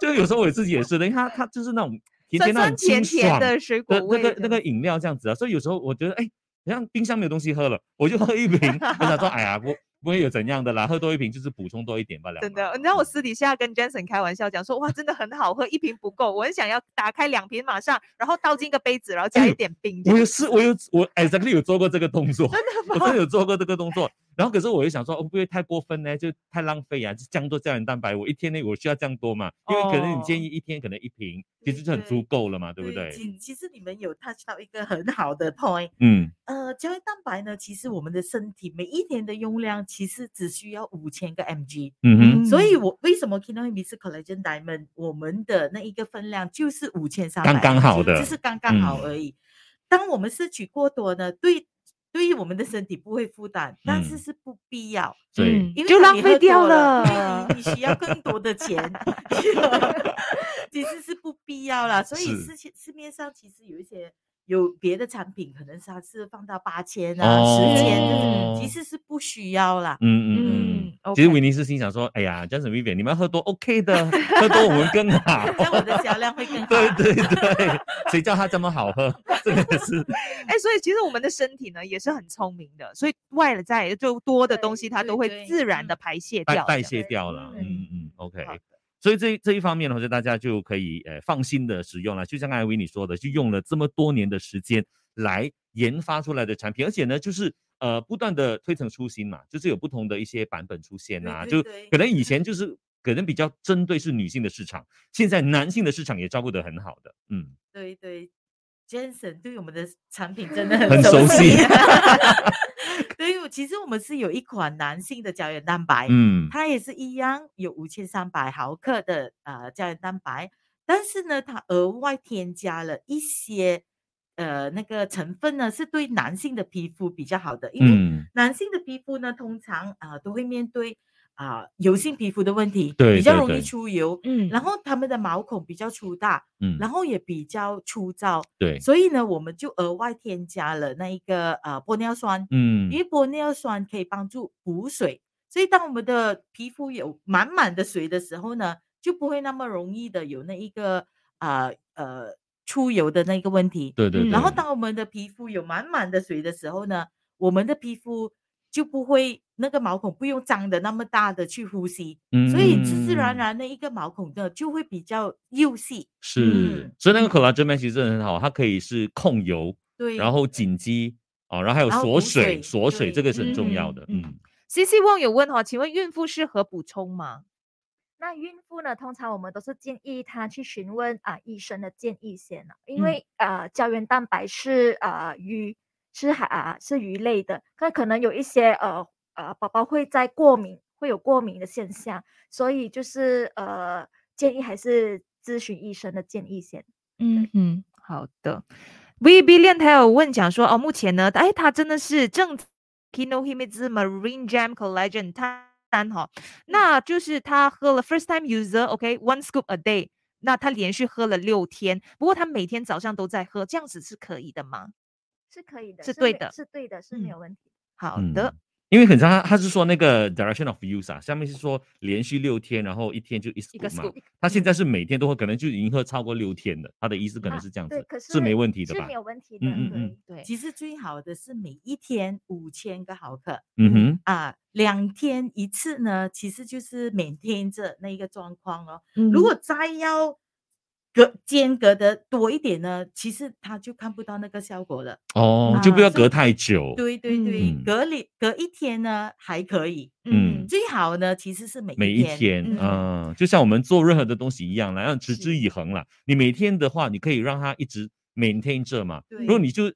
Speaker 1: 就是有时候我自己也是的，因为它它就是那种甜甜
Speaker 2: 酸
Speaker 1: 的
Speaker 2: 酸
Speaker 1: 很清
Speaker 2: 甜甜
Speaker 1: 爽
Speaker 2: 的水果
Speaker 1: 的
Speaker 2: 味
Speaker 1: 那
Speaker 2: 这
Speaker 1: 个
Speaker 2: 样，
Speaker 1: 那个饮料这样子啊，所以有时候我觉得哎，好像冰箱没有东西喝了，我就喝一瓶，我想说哎呀不不会有怎样的啦，喝多一瓶就是补充多一点罢了嘛。
Speaker 2: 真的，你知道我
Speaker 1: 嗯
Speaker 2: 私底下跟 Jensen 开玩笑讲说，哇，真的很好喝，一瓶不够，我很想要打开两瓶，马上，然后倒进一个杯子，然后加
Speaker 1: 哎
Speaker 2: 一点冰这
Speaker 1: 我
Speaker 2: 样。
Speaker 1: 有试，我有我 exactly 有做过这个动作，
Speaker 2: 真的
Speaker 1: 我
Speaker 2: 吗？
Speaker 1: 真的有做过这个动作。然后可是我又想说，哦，会不会太过分呢？就太浪费啊！就这样多胶原蛋白，我一天内我需要这样多嘛？因为可能你建议一天可能一瓶，其实就很
Speaker 3: 对
Speaker 1: 足够了嘛，对不对？
Speaker 3: 其其实你们有 touch 到一个很好的 point，
Speaker 1: 嗯
Speaker 3: 呃，胶原蛋白呢，其实我们的身体每一天的用量其实只需要五千个 mg，、
Speaker 1: 嗯哼，
Speaker 3: 所以我为什么 k i n o m i s Collagen Diamond 我们的那一个分量就是五千三，
Speaker 1: 刚刚好的嗯
Speaker 3: 就是刚刚好而已。当我们摄取过多呢，对对于我们的身体不会负担，但是
Speaker 1: 嗯
Speaker 3: 是不必要。
Speaker 1: 所以
Speaker 2: 嗯
Speaker 3: 因为
Speaker 2: 就
Speaker 3: 当
Speaker 2: 浪
Speaker 3: 你
Speaker 2: 费
Speaker 3: 喝
Speaker 2: 掉
Speaker 3: 多
Speaker 2: 了
Speaker 3: 了，对你你需要更多的钱， 其实是不必要啦。所以
Speaker 1: 是
Speaker 3: 市市市面上其实有一些有别的产品，可能是它是放到八千啊、
Speaker 1: 哦
Speaker 3: 十千、0
Speaker 1: 嗯
Speaker 3: 其实是不需要啦。
Speaker 1: 嗯嗯嗯
Speaker 3: 嗯。
Speaker 1: 其实
Speaker 2: OK
Speaker 1: 维尼斯心想说，哎呀，Johnson Vivian，你们要喝多 OK 的，喝多我们更好。
Speaker 3: 这样我的销量会更好。
Speaker 1: 哦对对对，谁叫它这么好喝？这个是
Speaker 2: 哎、所以其实我们的身体呢也是很聪明的，所以外在就多的东
Speaker 4: 对
Speaker 2: 西它
Speaker 3: 对
Speaker 2: 都会
Speaker 3: 对
Speaker 2: 自然的
Speaker 3: 嗯
Speaker 2: 排泄
Speaker 1: 代
Speaker 2: 掉。
Speaker 1: 代
Speaker 2: 这样
Speaker 1: 谢掉了。
Speaker 4: 对
Speaker 1: 嗯嗯嗯，OK
Speaker 3: 好的。
Speaker 1: 所以这这一方面的话，就大家就可以呃放心的使用了。就像艾薇你说的，就用了这么多年的时间来研发出来的产品，而且呢，就是呃不断的推陈出新嘛，就是有不同的一些版本出现
Speaker 3: 对
Speaker 1: 啊，
Speaker 3: 对
Speaker 1: 就
Speaker 3: 对
Speaker 1: 可能以 前就是可能比较针对是女性的市场，现在男性的市场也照顾得很好的。嗯，
Speaker 3: 对对，Jensen 对我们的产品真的
Speaker 1: 很
Speaker 3: 很
Speaker 1: 熟悉
Speaker 3: 对，我其实我们是有一款男性的胶原蛋白，
Speaker 1: 嗯
Speaker 3: 哎它也是一样有五千三百毫克的呃胶原蛋白，但是呢，它额外添加了一些呃那个成分呢，是对男性的皮肤比较好的，因为
Speaker 1: 嗯，
Speaker 3: 男性的皮肤呢，通常啊、呃都会面对啊、油性皮肤的问题，
Speaker 1: 对
Speaker 3: 比较
Speaker 1: 对
Speaker 3: 容
Speaker 1: 对
Speaker 3: 易出油，
Speaker 2: 嗯
Speaker 3: 然后他们的毛孔比较粗大，
Speaker 1: 嗯，
Speaker 3: 然后也比较粗糙，
Speaker 1: 对，
Speaker 3: 所以呢，我们就额外添加了那一个呃玻尿酸，
Speaker 1: 嗯
Speaker 3: 因为玻尿酸可以帮助补水，所以当我们的皮肤有满满的水的时候呢，就不会那么容易的有那一个呃呃出油的那个问题。
Speaker 1: 对对对，
Speaker 2: 嗯
Speaker 3: 然后当我们的皮肤有满满的水的时候呢，我们的皮肤就不会那个毛孔不用张的那么大的去呼吸，所以自自然
Speaker 1: 嗯
Speaker 3: 然的一个毛孔呢就会比较幼细。
Speaker 1: 是
Speaker 3: 嗯，
Speaker 1: 所以那个 collagen man 其实真的很好，它可以是控油，
Speaker 3: 对，
Speaker 1: 然后紧肌哦，然后还有
Speaker 3: 然后
Speaker 1: 锁
Speaker 3: 补水
Speaker 1: 锁水
Speaker 3: 对
Speaker 1: 这个是很重
Speaker 2: 嗯
Speaker 1: 要的。
Speaker 3: 嗯
Speaker 1: 嗯
Speaker 2: C C 旺有问哈、哦，请问孕妇适合补充吗？
Speaker 4: 那孕妇呢，通常我们都是建议她去询问啊、医生的建议先了，
Speaker 2: 嗯
Speaker 4: 因为、呃胶原蛋白是呃鱼是海啊、是鱼类的，那可能有一些呃呃宝宝会在过敏，会有过敏的现象，所以就是呃建议还是咨询医生的建议先。
Speaker 2: 嗯哼，好的。V B 链台有问讲说，哦，目前呢，哎，它真的是正 Kino Himizu Marine Jam Collagen 它单哈，那就是他喝了 first time user，OK、one scoop a day，那他连续喝了六天，不过他每天早上都在喝，这样子是可以的吗？
Speaker 4: 是可以的，
Speaker 2: 是
Speaker 4: 没
Speaker 2: 对的
Speaker 4: 是对的，是
Speaker 2: 嗯
Speaker 4: 没有问题。
Speaker 2: 好的，
Speaker 1: 嗯因为很长，他他是说那个 direction of use 啊，下面是说连续六天，然后一天就一
Speaker 2: 一个
Speaker 1: scoop 嘛。
Speaker 2: scoop
Speaker 1: 他现在是每天都会，可能就已经喝超过六天了。他的意思可能
Speaker 4: 啊
Speaker 1: 是这样子，
Speaker 4: 对，可是
Speaker 1: 没问题的
Speaker 4: 是
Speaker 1: 吧
Speaker 4: 没？有问题的。
Speaker 1: 嗯嗯嗯
Speaker 2: 对，
Speaker 3: 其实最好的是每一天五千个毫克
Speaker 1: 嗯哼，
Speaker 3: 啊，两天一次呢，其实就是每天这那一个状况咯。
Speaker 2: 嗯
Speaker 3: 如果再要隔间隔的多一点呢，其实他就看不到那个效果了。
Speaker 1: 哦，就不
Speaker 3: 啊
Speaker 1: 要
Speaker 3: 所以
Speaker 1: 隔太久。
Speaker 3: 对对对，
Speaker 1: 哦嗯
Speaker 3: 隔离隔一天呢还可以，
Speaker 1: 嗯
Speaker 3: 最好呢其实是每
Speaker 1: 每一天，
Speaker 3: 嗯
Speaker 1: 嗯、就像我们做任何的东西一样啦，要持之以恒啦。你每天的话，你可以让它一直 maintain 着嘛。
Speaker 3: 对
Speaker 1: 如果你就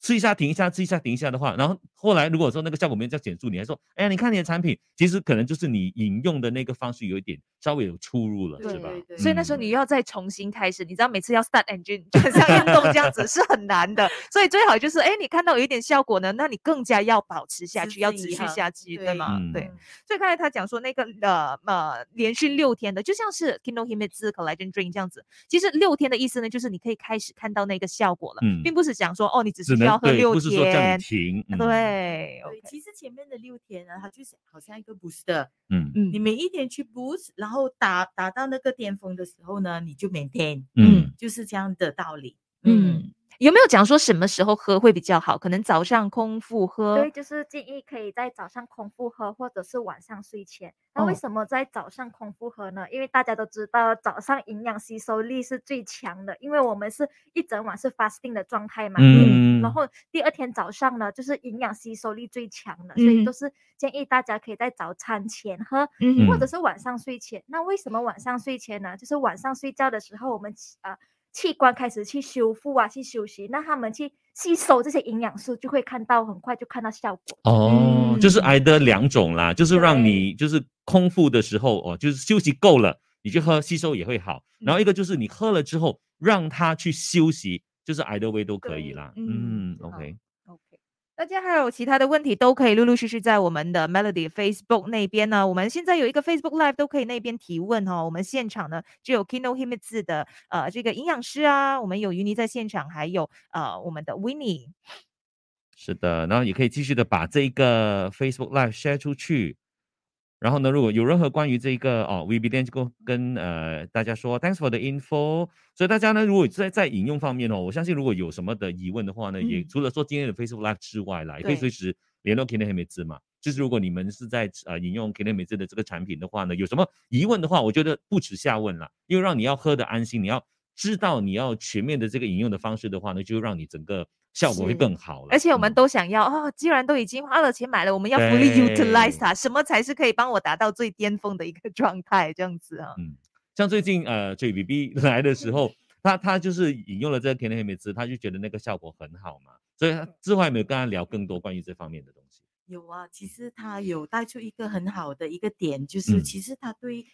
Speaker 1: 吃一下停一下，吃一下停一下的话，然后后来如果说那个效果没有再显著，你还说，哎呀，你看你的产品，其实可能就是你饮用的那个方式有一点稍微有出入了，
Speaker 3: 对
Speaker 1: 是吧
Speaker 3: 对？对
Speaker 2: 所以那时候
Speaker 1: 嗯
Speaker 2: 你又要再重新开始，你知道每次要 start engine，就很像运动这 样子是很难的。所以最好就是，哎，你看到有一点效果呢，那你更加要保持下
Speaker 3: 持
Speaker 2: 去，要
Speaker 3: 之
Speaker 2: 持
Speaker 3: 以
Speaker 2: 续
Speaker 3: 恒
Speaker 2: 下去，对吗？
Speaker 1: 嗯
Speaker 2: 对。所以刚才他讲说那个呃呃，连续六天的，就像是 Kindle Himets Collagen Drink 这样子。其实六天的意思呢，就是你可以开始看到那个效果了，
Speaker 1: 嗯
Speaker 2: 并不是讲说哦，你只
Speaker 1: 只
Speaker 2: 是需要
Speaker 1: 能
Speaker 2: 喝
Speaker 1: 对，
Speaker 2: 六
Speaker 1: 不是说叫
Speaker 2: 天
Speaker 1: 你。停，嗯，
Speaker 2: 对
Speaker 3: 对，其实前面的六天呢，它就是好像一个 booster，
Speaker 1: 嗯
Speaker 2: 嗯
Speaker 3: 你每一天去 boost，然后达达到那个巅峰的时候呢，你就 maintain，
Speaker 1: 嗯，
Speaker 3: 就是这样的道理。
Speaker 2: 嗯，有没有讲说什么时候喝会比较好？可能早上空腹喝，
Speaker 4: 对，就是建议可以在早上空腹喝，或者是晚上睡前。那为
Speaker 2: 哦
Speaker 4: 什么在早上空腹喝呢？因为大家都知道早上营养吸收力是最强的，因为我们是一整晚是 fasting 的状态嘛。
Speaker 1: 嗯
Speaker 4: 然后第二天早上呢，就是营养吸收力最强的，所以
Speaker 2: 嗯
Speaker 4: 都是建议大家可以在早餐前喝，
Speaker 2: 嗯
Speaker 4: 或者是晚上睡前。那为什么晚上睡前呢？就是晚上睡觉的时候，我们起呃器官开始去修复啊，去休息，那他们去吸收这些营养素，就会看到很快就看到效果。
Speaker 1: 哦，就是
Speaker 2: 嗯
Speaker 1: 挨的两种啦，就是让
Speaker 4: 对
Speaker 1: 你就是空腹的时候哦，就是休息够了，你去喝吸收也会好。
Speaker 2: 嗯
Speaker 1: 然后一个就是你喝了之后，让它去休息，就是挨的胃都可以
Speaker 4: 对
Speaker 1: 啦。
Speaker 2: 嗯
Speaker 1: 嗯，OK，
Speaker 2: OK，大家还有其他的问题都可以陆陆续续在我们的 Melody Facebook 那边呢。我们现在有一个 Facebook Live 都可以那边提问哦。我们现场呢只有 Kindle Himits 的呃这个营养师啊，我们有于妮在现场，还有呃我们的 Winnie。
Speaker 1: 是的，然后也可以继续的把这一个 Facebook Live share 出去。然后呢，如果有任何关于这一个哦 v b d 跟跟呃大家说，thanks for the info。所以大家呢，如果在在引用方面哦，我相信如果有什么的疑问的话呢，也
Speaker 3: 嗯
Speaker 1: 除了说今天的 Facebook Live 之外啦，也可以
Speaker 2: 对
Speaker 1: 随时联络 k i n e h e m i 嘛。就是如果你们是在呃引用 k i n e h e m i 的这个产品的话呢，有什么疑问的话，我觉得不耻下问啦，因为让你要喝的安心，你要知道你要全面的这个引用的方式的话呢，就让你整个效果会
Speaker 2: 是
Speaker 1: 更好了。
Speaker 2: 而且我们
Speaker 1: 嗯
Speaker 2: 都想要哦，既然都已经花了钱买了，我们要 fully
Speaker 1: 对
Speaker 2: utilize 它，什么才是可以帮我达到最巅峰的一个状态？这样子啊，
Speaker 1: 像最近呃 JBB 来的时候，他他就是引用了这个 k e n n y 美姿，他就觉得那个效果很好嘛，所以他之后还没有跟他聊更多关于这方面的东西。
Speaker 3: 有啊，其实他有带出一个很好的一个点，
Speaker 1: 嗯
Speaker 3: 就是其实他对，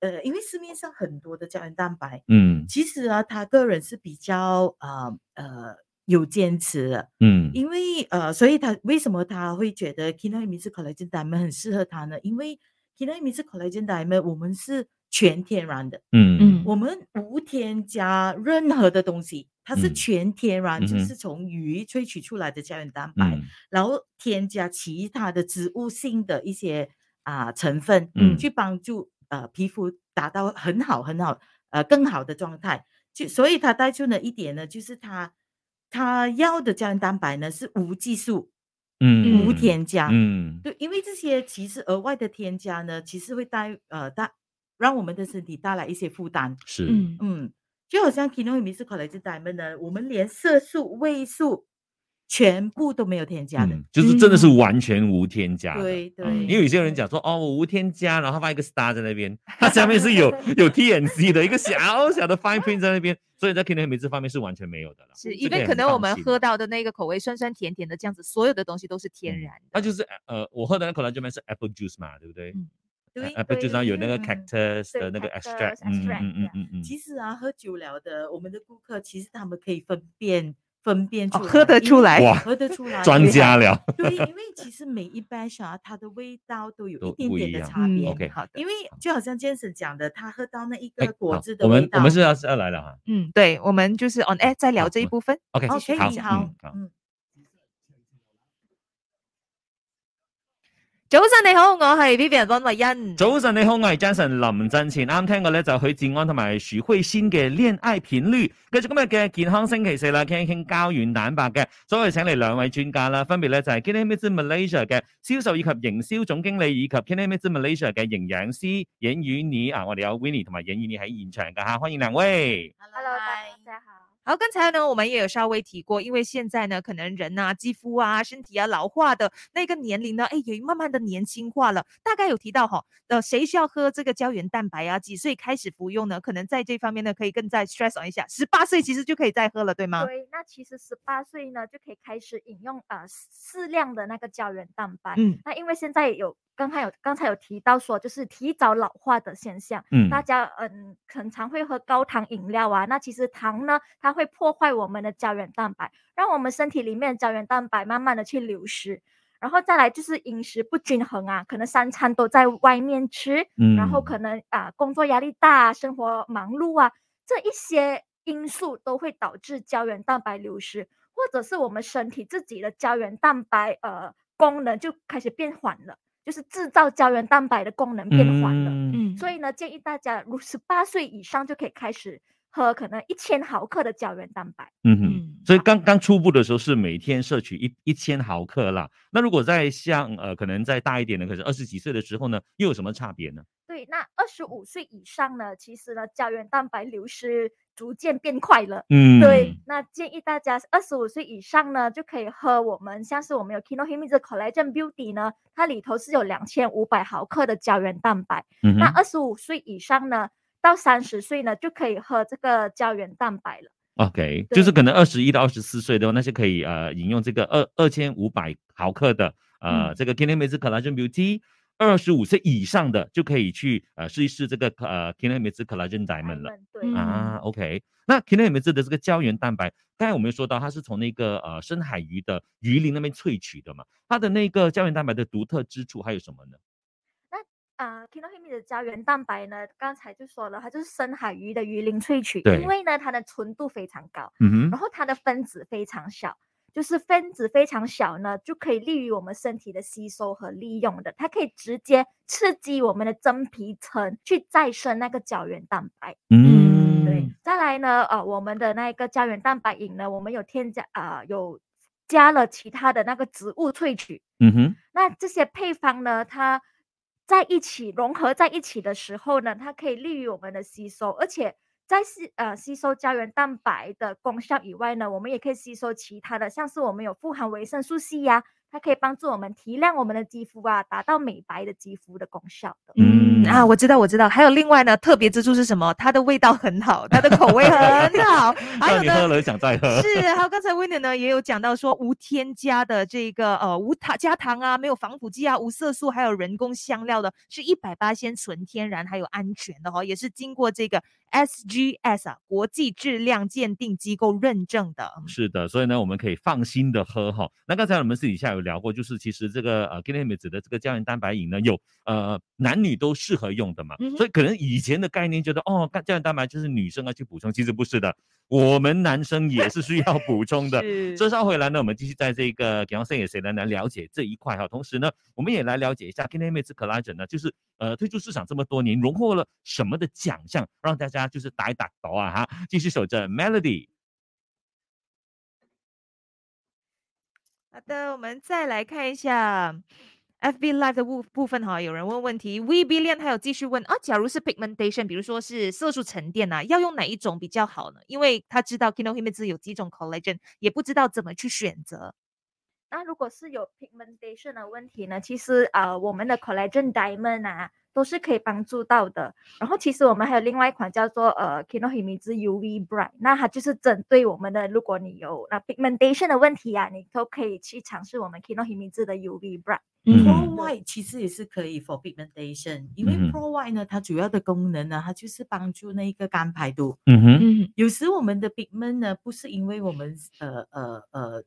Speaker 3: 呃，因为市面上很多的胶原蛋白，
Speaker 1: 嗯
Speaker 3: 其实啊，他个人是比较呃呃有坚持的，
Speaker 1: 嗯
Speaker 3: 因为呃，所以他为什么他会觉得 Kinomi 是 collagen diamond 很适合他呢？因为 Kinomi 是 collagen diamond，我们是全天然的，
Speaker 1: 嗯
Speaker 3: 我们无添加任何的东西，它是
Speaker 1: 嗯
Speaker 3: 全天然，就
Speaker 1: 嗯哼
Speaker 3: 是从鱼萃取出来的胶原蛋白，
Speaker 1: 嗯
Speaker 3: 然后添加其他的植物性的一些啊、成分，
Speaker 1: 嗯
Speaker 3: 去帮助呃皮肤达到很好很好呃更好的状态。就所以它带出了一点呢，就是它它要的胶原蛋白呢是无激素、
Speaker 1: 嗯
Speaker 3: 无添加，
Speaker 1: 嗯
Speaker 3: 对，因为这些其实额外的添加呢，其实会带呃带让我们的身体带来一些负担。
Speaker 1: 是
Speaker 3: 嗯，就好像 Kino 米斯可来自 Diamond 呢，我们连色素、味素全部都没有添加的。
Speaker 1: 嗯，就是真的是完全无添加的。
Speaker 3: 对
Speaker 1: 啊
Speaker 3: 对
Speaker 1: 因为有些人讲说哦，我无添加，然后放一个 star 在那边，它下面是有有 TNC 的一个小小的 fine print 在那边，所以在 k e n n y 美姿方面是完全没有的了。嗯
Speaker 2: 是
Speaker 1: 这
Speaker 2: 因
Speaker 1: 个
Speaker 2: 为
Speaker 1: 也
Speaker 2: 可
Speaker 1: 很
Speaker 2: 能我
Speaker 1: 放
Speaker 2: 们
Speaker 1: 心
Speaker 2: 喝到的那个口味酸酸甜甜的这样子，所有的东西都是天
Speaker 1: 嗯
Speaker 2: 然的。
Speaker 1: 它就是呃，我喝的那口兰酒面是 apple juice 嘛，对不对？
Speaker 2: 嗯
Speaker 3: 对
Speaker 1: a p p l e
Speaker 4: 对
Speaker 1: juice 然后有那个
Speaker 3: 嗯
Speaker 1: cactus 的
Speaker 4: 对
Speaker 1: 那个
Speaker 4: ，cactus
Speaker 1: extract，嗯嗯
Speaker 4: extract，
Speaker 1: 嗯嗯嗯，
Speaker 3: 其实啊，喝酒了的我们的顾客，其实他们可以分辨分辨
Speaker 1: 啊
Speaker 3: 出
Speaker 2: 哦
Speaker 3: 来、
Speaker 2: 喝得
Speaker 3: 因
Speaker 2: 出
Speaker 3: 为
Speaker 2: 来
Speaker 1: 哇
Speaker 3: 喝得出来。
Speaker 1: 专
Speaker 3: 对
Speaker 1: 家了，
Speaker 3: 对，因 为其实每一 batch 啊，它的味道都有
Speaker 1: 都
Speaker 3: 一点
Speaker 1: 不一
Speaker 3: 点的
Speaker 1: 样
Speaker 3: 差别。
Speaker 1: 嗯 OK
Speaker 2: 好的。
Speaker 3: 因为就好像 Jason 讲的，他喝到那一
Speaker 1: 哎
Speaker 3: 个果
Speaker 1: 好
Speaker 3: 汁的
Speaker 1: 我
Speaker 3: 味
Speaker 1: 们
Speaker 3: 道，
Speaker 1: 我们是要是要来了哈
Speaker 2: 嗯，对，我们就是 on air 再聊
Speaker 1: 好
Speaker 2: 这一
Speaker 1: 我
Speaker 2: 部分。
Speaker 1: ，OK，
Speaker 3: 哦
Speaker 1: 嗯
Speaker 3: 哦，可以
Speaker 1: 好，
Speaker 3: 好
Speaker 1: 嗯，好
Speaker 3: 嗯，
Speaker 2: 早晨你好，我係 Vivian 温慧欣。
Speaker 1: 早晨，你好，我系 Jason 林振前。啱聽過咧就許志安同埋許慧仙嘅《戀愛片律》。繼續今日嘅健康星期四啦，傾一傾膠原蛋白嘅，所以請嚟兩位專家啦，分別咧就係 k i n e m i z Malaysia 嘅銷售以及營銷總經理，以及 k i n e m i z Malaysia 嘅營養師尹宇妮啊，我哋有 Winnie 同埋尹宇妮喺現場噶吓，歡迎兩位。
Speaker 4: Hello，大
Speaker 1: 嗯
Speaker 4: 家好。
Speaker 2: 好，刚才呢，我们也有稍微提过，因为现在呢，可能人啊、肌肤啊、身体啊老化的那个年龄呢，哎，也慢慢的年轻化了。大概有提到哈，呃，谁需要喝这个胶原蛋白啊？几岁开始服用呢？可能在这方面呢，可以更再 stress on 一下，十八岁其实就可以再喝了，对吗？
Speaker 4: 对，那其实十八岁呢就可以开始饮用呃适量的那个胶原蛋白。
Speaker 2: 嗯
Speaker 4: 那因为现在有刚才有刚才有提到说，就是提早老化的现象，
Speaker 1: 嗯
Speaker 4: 大家嗯很常会喝高糖饮料啊。那其实糖呢，它会破坏我们的胶原蛋白，让我们身体里面的胶原蛋白慢慢的去流失。然后再来就是饮食不均衡啊，可能三餐都在外面吃，
Speaker 1: 嗯
Speaker 4: 然后可能啊、工作压力大、啊，生活忙碌啊，这一些因素都会导致胶原蛋白流失，或者是我们身体自己的胶原蛋白呃功能就开始变缓了，就是制造胶原蛋白的功能变缓了。
Speaker 1: 嗯
Speaker 2: 嗯，
Speaker 4: 所以呢，建议大家如十八岁以上就可以开始喝可能一千毫克的胶原蛋白。
Speaker 1: 嗯哼。
Speaker 2: 嗯，
Speaker 1: 所以刚刚初步的时候是每天摄取一一千毫克啦。那如果再像呃，可能再大一点的，可是二十几岁的时候呢，又有什么差别呢？
Speaker 4: 对，那二十五岁以上呢，其实呢，胶原蛋白流失逐渐变快了。
Speaker 1: 嗯
Speaker 4: 对，，那建议大家二十五岁以上呢，就可以喝我们像是我们有 Kinohimi 的 Collagen Beauty 呢，它里头是有两千五百毫克的胶原蛋白。
Speaker 1: 嗯
Speaker 4: 那
Speaker 1: 哼，
Speaker 4: 二十五岁以上呢，到三十岁呢，就可以喝这个胶原蛋白了。
Speaker 1: OK，就是
Speaker 4: 对
Speaker 1: 可能二十一到二十四岁的话，那些可以呃饮用这个二二千五百毫克的呃、这个 k i n e m i z Collagen Beauty，二十五岁以上的就可以去呃试一试这个呃 k i n e m i z Collagen Diamond 了。
Speaker 4: 们对，
Speaker 2: 嗯
Speaker 1: 啊，OK，那 k i n e m i z 的这个胶原蛋白，刚才我们有说到它是从那个呃深海鱼的鱼鳞那边萃取的嘛，它的那个胶原蛋白的独特之处还有什么呢？
Speaker 4: 啊 k i n o h i m i 的胶原蛋白呢，刚才就说了，它就是深海鱼的鱼鳞萃取，
Speaker 1: 对
Speaker 4: 因为呢它的纯度非常高，
Speaker 1: 嗯
Speaker 2: 啊
Speaker 4: 然后它的分子非常小，就是分子非常小呢，就可以利于我们身体的吸收和利用的。它可以直接刺激我们的真皮层去再生那个胶原蛋白。
Speaker 1: 嗯，
Speaker 4: 对，再来呢，呃，我们的那个胶原蛋白饮呢，我们有添加啊、有加了其他的那个植物萃取，
Speaker 1: 嗯哼，
Speaker 4: 那这些配方呢，它在一起融合在一起的时候呢，它可以利于我们的吸收，而且在吸呃吸收胶原蛋白的功效以外呢，我们也可以吸收其他的，像是我们有富含维生素 C 呀、它可以帮助我们提亮我们的肌肤啊，达到美白的肌肤的功效的。
Speaker 2: 嗯啊，
Speaker 1: 嗯
Speaker 2: 我知道，我知道。还有另外呢，特别之处是什么？它的味道很好，它的口味很 好，还有
Speaker 1: 让你
Speaker 2: 呢
Speaker 1: 喝。了想再喝，
Speaker 2: 是，还有刚才 w i n n 呢也有讲到说无添加的这个呃无糖加糖啊，没有防腐剂啊，无色素，还有人工香料的，是一百八先纯天然，还有安全的哦，也是经过这个 SGS 啊国际质量鉴定机构认证的。
Speaker 1: 是的，所以呢，我们可以放心的喝哈。那刚才我们私底下有聊过，就是其实这个呃 g l i m i t 的这个胶原蛋白饮呢，有呃男女都适合用的嘛，
Speaker 2: 嗯哼
Speaker 1: 所以可能以前的概念觉得哦，胶胶原蛋白就是女生要去补充，其实不是的，我们男生也是需要补充的。
Speaker 2: 是
Speaker 1: 所以稍后回来呢，我们继续在这个给 e 生也谁呢来了解这一块哈。同时呢，我们也来了解一下 k i n e m i t Collagen 呢，就是呃推出市场这么多年，荣获了什么的奖项，让大家就是打一打头啊哈。继续守着 Melody。
Speaker 2: 好的，我们再来看一下 FB Live 的部部分哈，有人问问题，V B 链还有继续问啊，假如是 pigmentation，比如说是色素沉淀呐、要用哪一种比较好呢？因为他知道 Kino Himits 有几种 collagen，也不知道怎么去选择。
Speaker 4: 那如果是有 pigmentation 的问题呢，其实呃，我们的 collagen diamond 啊，都是可以帮助到的。然后其实我们还有另外一款叫做呃 Kinohimizu UV Bright，那它就是针对我们的，如果你有那 pigmentation 的问题啊，你都可以去尝试我们 Kinohimizu 的 UV Bright。
Speaker 1: 嗯
Speaker 3: Pro White 其实也是可以 for pigmentation，因为
Speaker 1: 嗯
Speaker 3: Pro White 呢，它主要的功能呢，它就是帮助那个肝排毒。
Speaker 1: 嗯哼。
Speaker 2: 嗯
Speaker 3: 有时我们的 pigment 呢，不是因为我们呃呃呃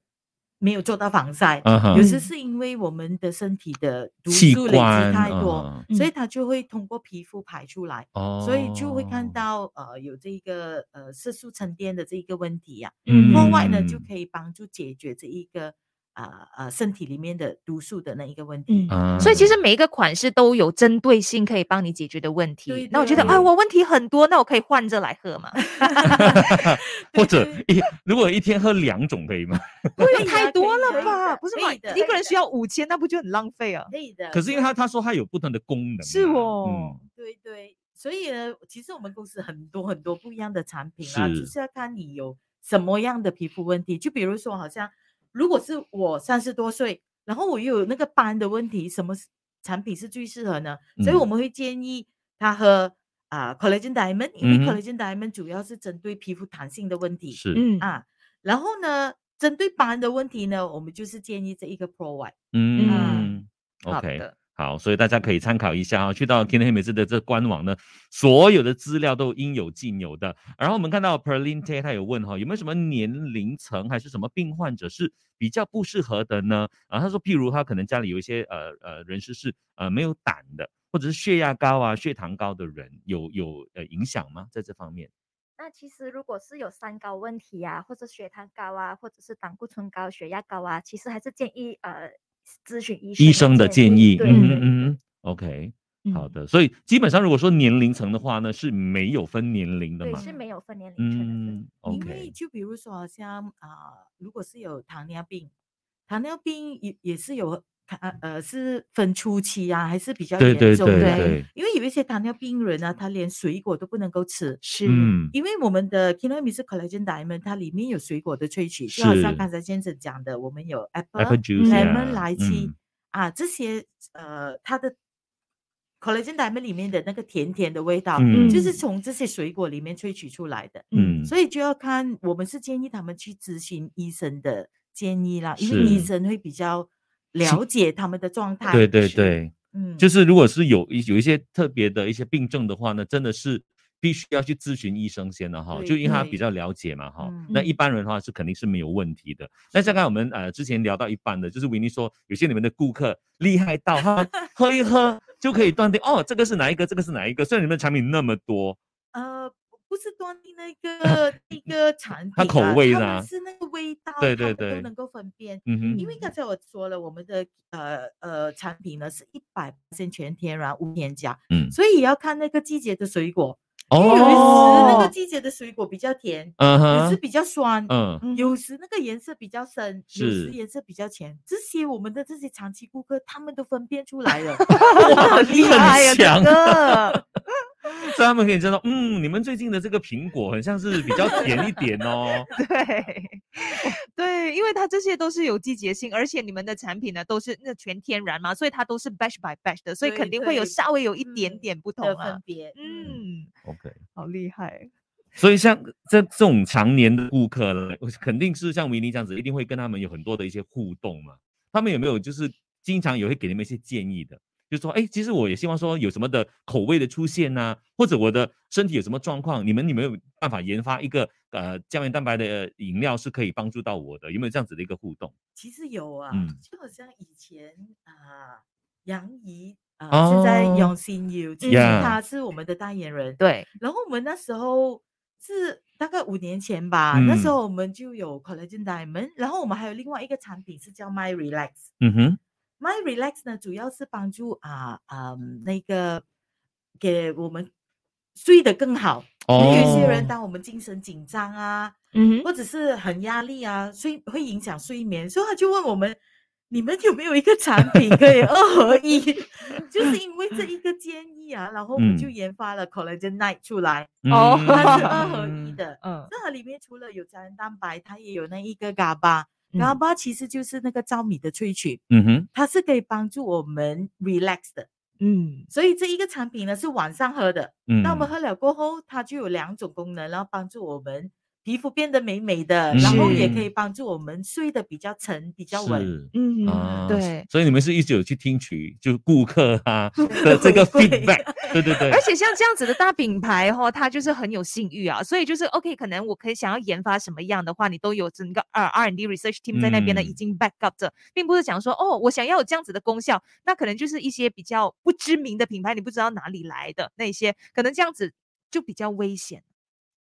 Speaker 3: 没有做到防晒，
Speaker 1: 嗯哼
Speaker 3: 有
Speaker 2: 嗯
Speaker 3: 时是因为我们的身体的毒
Speaker 1: 器
Speaker 3: 素累
Speaker 1: 官
Speaker 3: 积太多，
Speaker 1: 嗯
Speaker 3: 所以它就会通过皮肤排出来，
Speaker 1: 哦
Speaker 3: 所以就会看到呃有这一个呃色素沉淀的这一个问题呀、
Speaker 1: 嗯
Speaker 3: 另外呢，就
Speaker 1: 嗯
Speaker 3: 可以帮助解决这一个啊啊身体里面的毒素的那一个问题。
Speaker 1: 嗯
Speaker 2: 所以其实每一个款式都有针对性可以帮你解决的问题。
Speaker 3: 对
Speaker 2: 那我觉得
Speaker 1: 对
Speaker 2: 啊，我问题很多，那我可以换着来 喝嘛。
Speaker 1: 或者一如果一天喝两种可以 吗？
Speaker 3: 不
Speaker 2: 用太多了吧？不是嘛
Speaker 3: 啊可以？的，
Speaker 2: 一
Speaker 3: 可
Speaker 2: 个人需要五千，那不就很浪费啊？
Speaker 3: 以的。
Speaker 1: 可是因为它他说它有不同的功能啊，
Speaker 2: 是哦
Speaker 1: 嗯，
Speaker 3: 对对，所以呢，其实我们公司很多很多不一样的产品啊，
Speaker 1: 是
Speaker 3: 就是要看你有什么样的皮肤问题。就比如说，好像如果是我三十多岁，然后我又有那个斑的问题，什么是产品是最适合呢？所以我
Speaker 1: 嗯
Speaker 3: 们会建议他喝啊、collagen diamond，因为
Speaker 1: 嗯哼
Speaker 3: collagen diamond 主要是针对皮肤弹性的问题
Speaker 1: 是，
Speaker 2: 嗯
Speaker 3: 啊。然后呢，针对斑的问题呢，我们就是建议这一个 Pro White。
Speaker 1: 嗯
Speaker 2: 好
Speaker 1: ，OK。
Speaker 2: 的，
Speaker 1: 好，所以大家可以参考一下啊，去到天天黑美姿的这官网呢，所有的资料都应有尽有的。然后我们看到 Perlin Tay 他有问哈，有没有什么年龄层还是什么病患者是比较不适合的呢？啊，他说，譬如他可能家里有一些呃呃人士是呃没有胆的，或者是血压高啊、血糖高的人，有有呃影响吗？在这方面，
Speaker 4: 那其实如果是有三高问题啊，或者血糖高啊，或者是胆固醇高、血压高啊，其实还是建议呃咨询医
Speaker 1: 医生的建议，
Speaker 4: 对
Speaker 1: 嗯
Speaker 4: 对
Speaker 1: 嗯
Speaker 4: 对
Speaker 1: 嗯，OK，好
Speaker 2: 嗯
Speaker 1: 的。所以基本上如果说年龄层的话呢，是没有分年龄的
Speaker 4: 对
Speaker 1: 嘛，
Speaker 4: 是没有分年龄层的。对
Speaker 1: 嗯
Speaker 3: 因为
Speaker 1: ，OK，
Speaker 3: 就比如说，好像啊、如果是有糖尿病，糖尿病也也是有啊呃是分初期啊，还是比较
Speaker 1: 对
Speaker 3: 严
Speaker 1: 对
Speaker 3: 重
Speaker 1: 对
Speaker 3: 的。
Speaker 1: 对。
Speaker 3: 因为有一些糖尿病人啊，他连水果都不能够吃。
Speaker 2: 是
Speaker 1: 嗯，
Speaker 3: 因为我们的 k i n o m i s collagen diamond，它里面有水果的萃取，就好
Speaker 1: 是
Speaker 3: 像刚才先生讲的，我们有 apple,
Speaker 1: apple juice
Speaker 2: 嗯
Speaker 3: 啊 lemon、
Speaker 1: 呀
Speaker 3: lychee
Speaker 1: 嗯
Speaker 3: 啊这些呃，它的 collagen diamond 里面的那个甜甜的味道，
Speaker 1: 嗯
Speaker 3: 就是从这些水果里面萃取出来的。
Speaker 1: 嗯，
Speaker 3: 所以就要看，我们是建议他们去咨询医生的建议啦，因为医
Speaker 1: 是
Speaker 3: 生会比较了解他们的状态。
Speaker 1: 对对，对，
Speaker 3: 嗯，
Speaker 1: 就是是如果是有一有一些特别的一些病症的话呢，真的是必须要去咨询医生先的哈，
Speaker 3: 对
Speaker 1: 就因为他比
Speaker 3: 对
Speaker 1: 较了解嘛哈
Speaker 3: 嗯。
Speaker 1: 那一般人的话是肯定是没有问题的。那像刚才我们呃之前聊到一半的，就是维尼说有些你们的顾客厉害到 他喝一喝就可以断定哦，这个是哪一个，这个是哪一个。虽然你们的产品那么多，
Speaker 3: 呃，不是端定 那个那个产品、啊，
Speaker 1: 它口味
Speaker 3: 他
Speaker 1: 的
Speaker 3: 们
Speaker 1: 啊
Speaker 3: 是那个味道，
Speaker 1: 对
Speaker 3: 他
Speaker 1: 对
Speaker 3: 们
Speaker 1: 对
Speaker 3: 都能够分辨。
Speaker 1: 嗯哼，
Speaker 3: 因为刚才我说了，我们的呃呃产品呢是一百全天然无添加，
Speaker 1: 嗯，
Speaker 3: 所以也要看那个季节的水果。嗯有时那
Speaker 1: 哦
Speaker 3: 个，季节的水果比较甜，
Speaker 1: 嗯
Speaker 3: 有时
Speaker 1: 哼，
Speaker 3: 比较酸，
Speaker 1: 嗯，
Speaker 2: 嗯
Speaker 3: 有时那个颜色比较深，有
Speaker 1: 是
Speaker 3: 时颜色比较浅，这些我们的这些长期顾客他们都分 辨出来了，哇，很厉
Speaker 1: 很
Speaker 3: 害呀、
Speaker 1: 强
Speaker 3: 这个
Speaker 1: 所以他们可以知道，嗯，你们最近的这个苹果很像是比较甜一点哦。
Speaker 2: 对 对，因为它这些都是有季节性，而且你们的产品呢都是那全天然嘛，所以它都是 batch by batch 的，所以
Speaker 3: 对
Speaker 2: 肯定会有
Speaker 3: 对
Speaker 2: 稍微有一点
Speaker 3: 嗯
Speaker 2: 点不同
Speaker 3: 的
Speaker 2: 啊
Speaker 3: 分。别，嗯，
Speaker 2: 嗯，
Speaker 1: OK。
Speaker 2: 好厉害。
Speaker 1: 所以像这这种常年的顾客了，我肯定是像维尼这样子，一定会跟他们有很多的一些互动嘛。他们有没有就是经常也会给你们一些建议的？就说，哎，其实我也希望说有什么的口味的出现呐、或者我的身体有什么状况，你们有没有办法研发一个呃胶原蛋白的呃饮料是可以帮助到我的？有没有这样子的一个互动？
Speaker 3: 其实有啊，
Speaker 1: 嗯
Speaker 3: 就好像以前啊，杨怡啊，现在
Speaker 1: 哦
Speaker 3: 杨心友，其实
Speaker 1: 呀
Speaker 3: 她是我们的代言人，
Speaker 2: 对，
Speaker 3: 然后我们那时候是大概五年前吧，那时
Speaker 1: 嗯
Speaker 3: 候我们就有 collagen diamond，然后我们还有另外一个产品是叫 My Relax。
Speaker 1: 嗯哼，
Speaker 3: My Relax 呢，主要是帮助啊啊、嗯那个给我们睡得更好。因为有些
Speaker 1: 哦
Speaker 3: 人，当我们精神紧张啊，
Speaker 2: 嗯，
Speaker 3: 或者是很压力啊，睡会影响睡眠，所以他就问我们：你们有没有一个产品可以二合一？ 就是因为这一个建议啊，然后我们就
Speaker 1: 嗯
Speaker 3: 研发了 Collagen Night 出来，
Speaker 2: 哦
Speaker 3: 它是二合一
Speaker 1: 嗯
Speaker 3: 的。
Speaker 2: 嗯，
Speaker 3: 那它里面除了有胶原蛋白，它也有那一个 GABA，GABA、
Speaker 2: 嗯
Speaker 3: GABA 其实就是那个糙米的萃取，
Speaker 1: 嗯哼，
Speaker 3: 它是可以帮助我们 relax 的。
Speaker 2: 嗯，
Speaker 3: 所以这一个产品呢是晚上喝的，
Speaker 1: 嗯，
Speaker 3: 那我们喝了过后，它就有两种功能，然后帮助我们皮肤变得美美的，然后也可以
Speaker 1: 是
Speaker 3: 帮助我们睡得比较沉、比较稳。
Speaker 1: 是
Speaker 2: 嗯，
Speaker 1: 啊，
Speaker 2: 对。
Speaker 1: 所以你们是一直有去听取，就是顾客啊的这个
Speaker 3: 回馈
Speaker 1: feedback，对对对
Speaker 2: 而，且像这样子的大品牌哈、哦，它就是很有信誉啊，所以就是 OK，可能我可以想要研发什么样的话，你都有整个 R R D research team 在那边呢，已
Speaker 1: 嗯
Speaker 2: 经 back up 着，并不是讲说哦，我想要有这样子的功效，那可能就是一些比较不知名的品牌，你不知道哪里来的那一些，可能这样子就比较危险。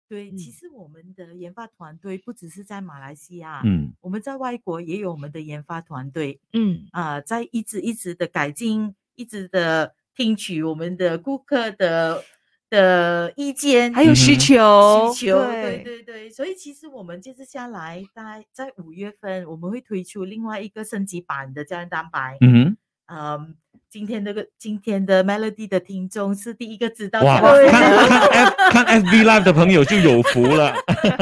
Speaker 3: 对，其
Speaker 2: 嗯
Speaker 3: 实我们的研发团队不只是在马来西亚，
Speaker 1: 嗯
Speaker 3: 我们在外国也有我们的研发团队
Speaker 2: 嗯
Speaker 3: 啊、在一直一直的改进，一直的听取我们的顾客的的意见，
Speaker 2: 还有需
Speaker 1: 嗯哼
Speaker 2: 求，
Speaker 3: 需求，对对对，所以其实我们这次下来，大概在五月份，我们会推出另外一个升级版的胶原蛋白。
Speaker 1: 嗯
Speaker 3: 嗯，今天这个今天的 Melody 的听众是第一个知道
Speaker 1: 哼，哇，
Speaker 3: 这个
Speaker 4: 对
Speaker 1: 看看 F 看 FB Live 的朋友就有福了。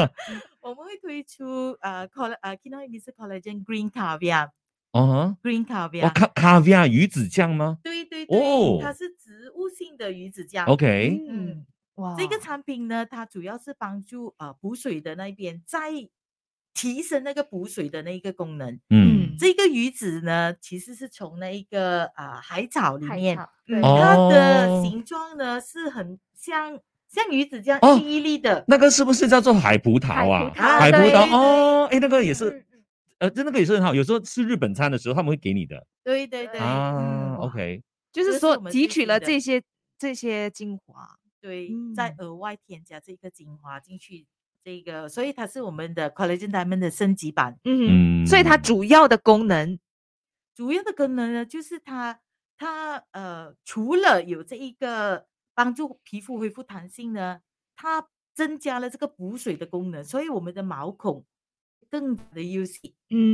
Speaker 3: 我们会推出呃 coll 呃 k i n o i m i s collagen green caviar
Speaker 1: 哦、
Speaker 3: green
Speaker 1: 我
Speaker 3: caviar，
Speaker 1: 咖咖啡啊，鱼子酱吗
Speaker 3: 对对对，
Speaker 1: 哦
Speaker 3: 它是植物性的鱼子酱。
Speaker 1: ？OK，
Speaker 3: 嗯
Speaker 2: 嗯，，哇，
Speaker 3: 这个产品呢，它主要是帮助呃补水的那一边再提升那个补水的那一个功能。
Speaker 1: 嗯，
Speaker 3: 这个鱼子呢，其实是从那一个啊、呃海藻里
Speaker 4: 海
Speaker 3: 面，
Speaker 4: 草
Speaker 2: 嗯
Speaker 4: 对
Speaker 1: 哦
Speaker 3: 它的
Speaker 1: 哦
Speaker 3: 形状呢是很像像鱼子这样
Speaker 1: 哦
Speaker 3: 一粒一粒的。
Speaker 1: 那个是不是叫做海葡萄啊？
Speaker 4: 啊
Speaker 1: 海葡
Speaker 4: 对
Speaker 1: 萄
Speaker 4: 对
Speaker 1: 哦，哎，那个也
Speaker 4: 嗯
Speaker 1: 是，
Speaker 4: 嗯
Speaker 1: 呃，真那个也是很好。有时候吃日本餐的时候，他们会给你的
Speaker 3: 对对对，
Speaker 1: 啊
Speaker 3: 嗯。
Speaker 1: OK，
Speaker 2: 就
Speaker 3: 这
Speaker 2: 是
Speaker 3: 是
Speaker 2: 说
Speaker 3: 我们
Speaker 2: 汲
Speaker 3: 最
Speaker 2: 取
Speaker 3: 新
Speaker 2: 了
Speaker 3: 的
Speaker 2: 这些这些精华，
Speaker 3: 对，再
Speaker 2: 嗯
Speaker 3: 额外添加这个精华进去，这个，所以它是我们的 collagen diamond 的升级版。
Speaker 2: 嗯，
Speaker 1: 嗯，
Speaker 2: 所以它主要的功能，
Speaker 3: 主要的功能呢，就是它它呃，除了有这一个帮助皮肤恢复弹性呢，它增加了这个补水的功能，所以我们的毛孔更的优势。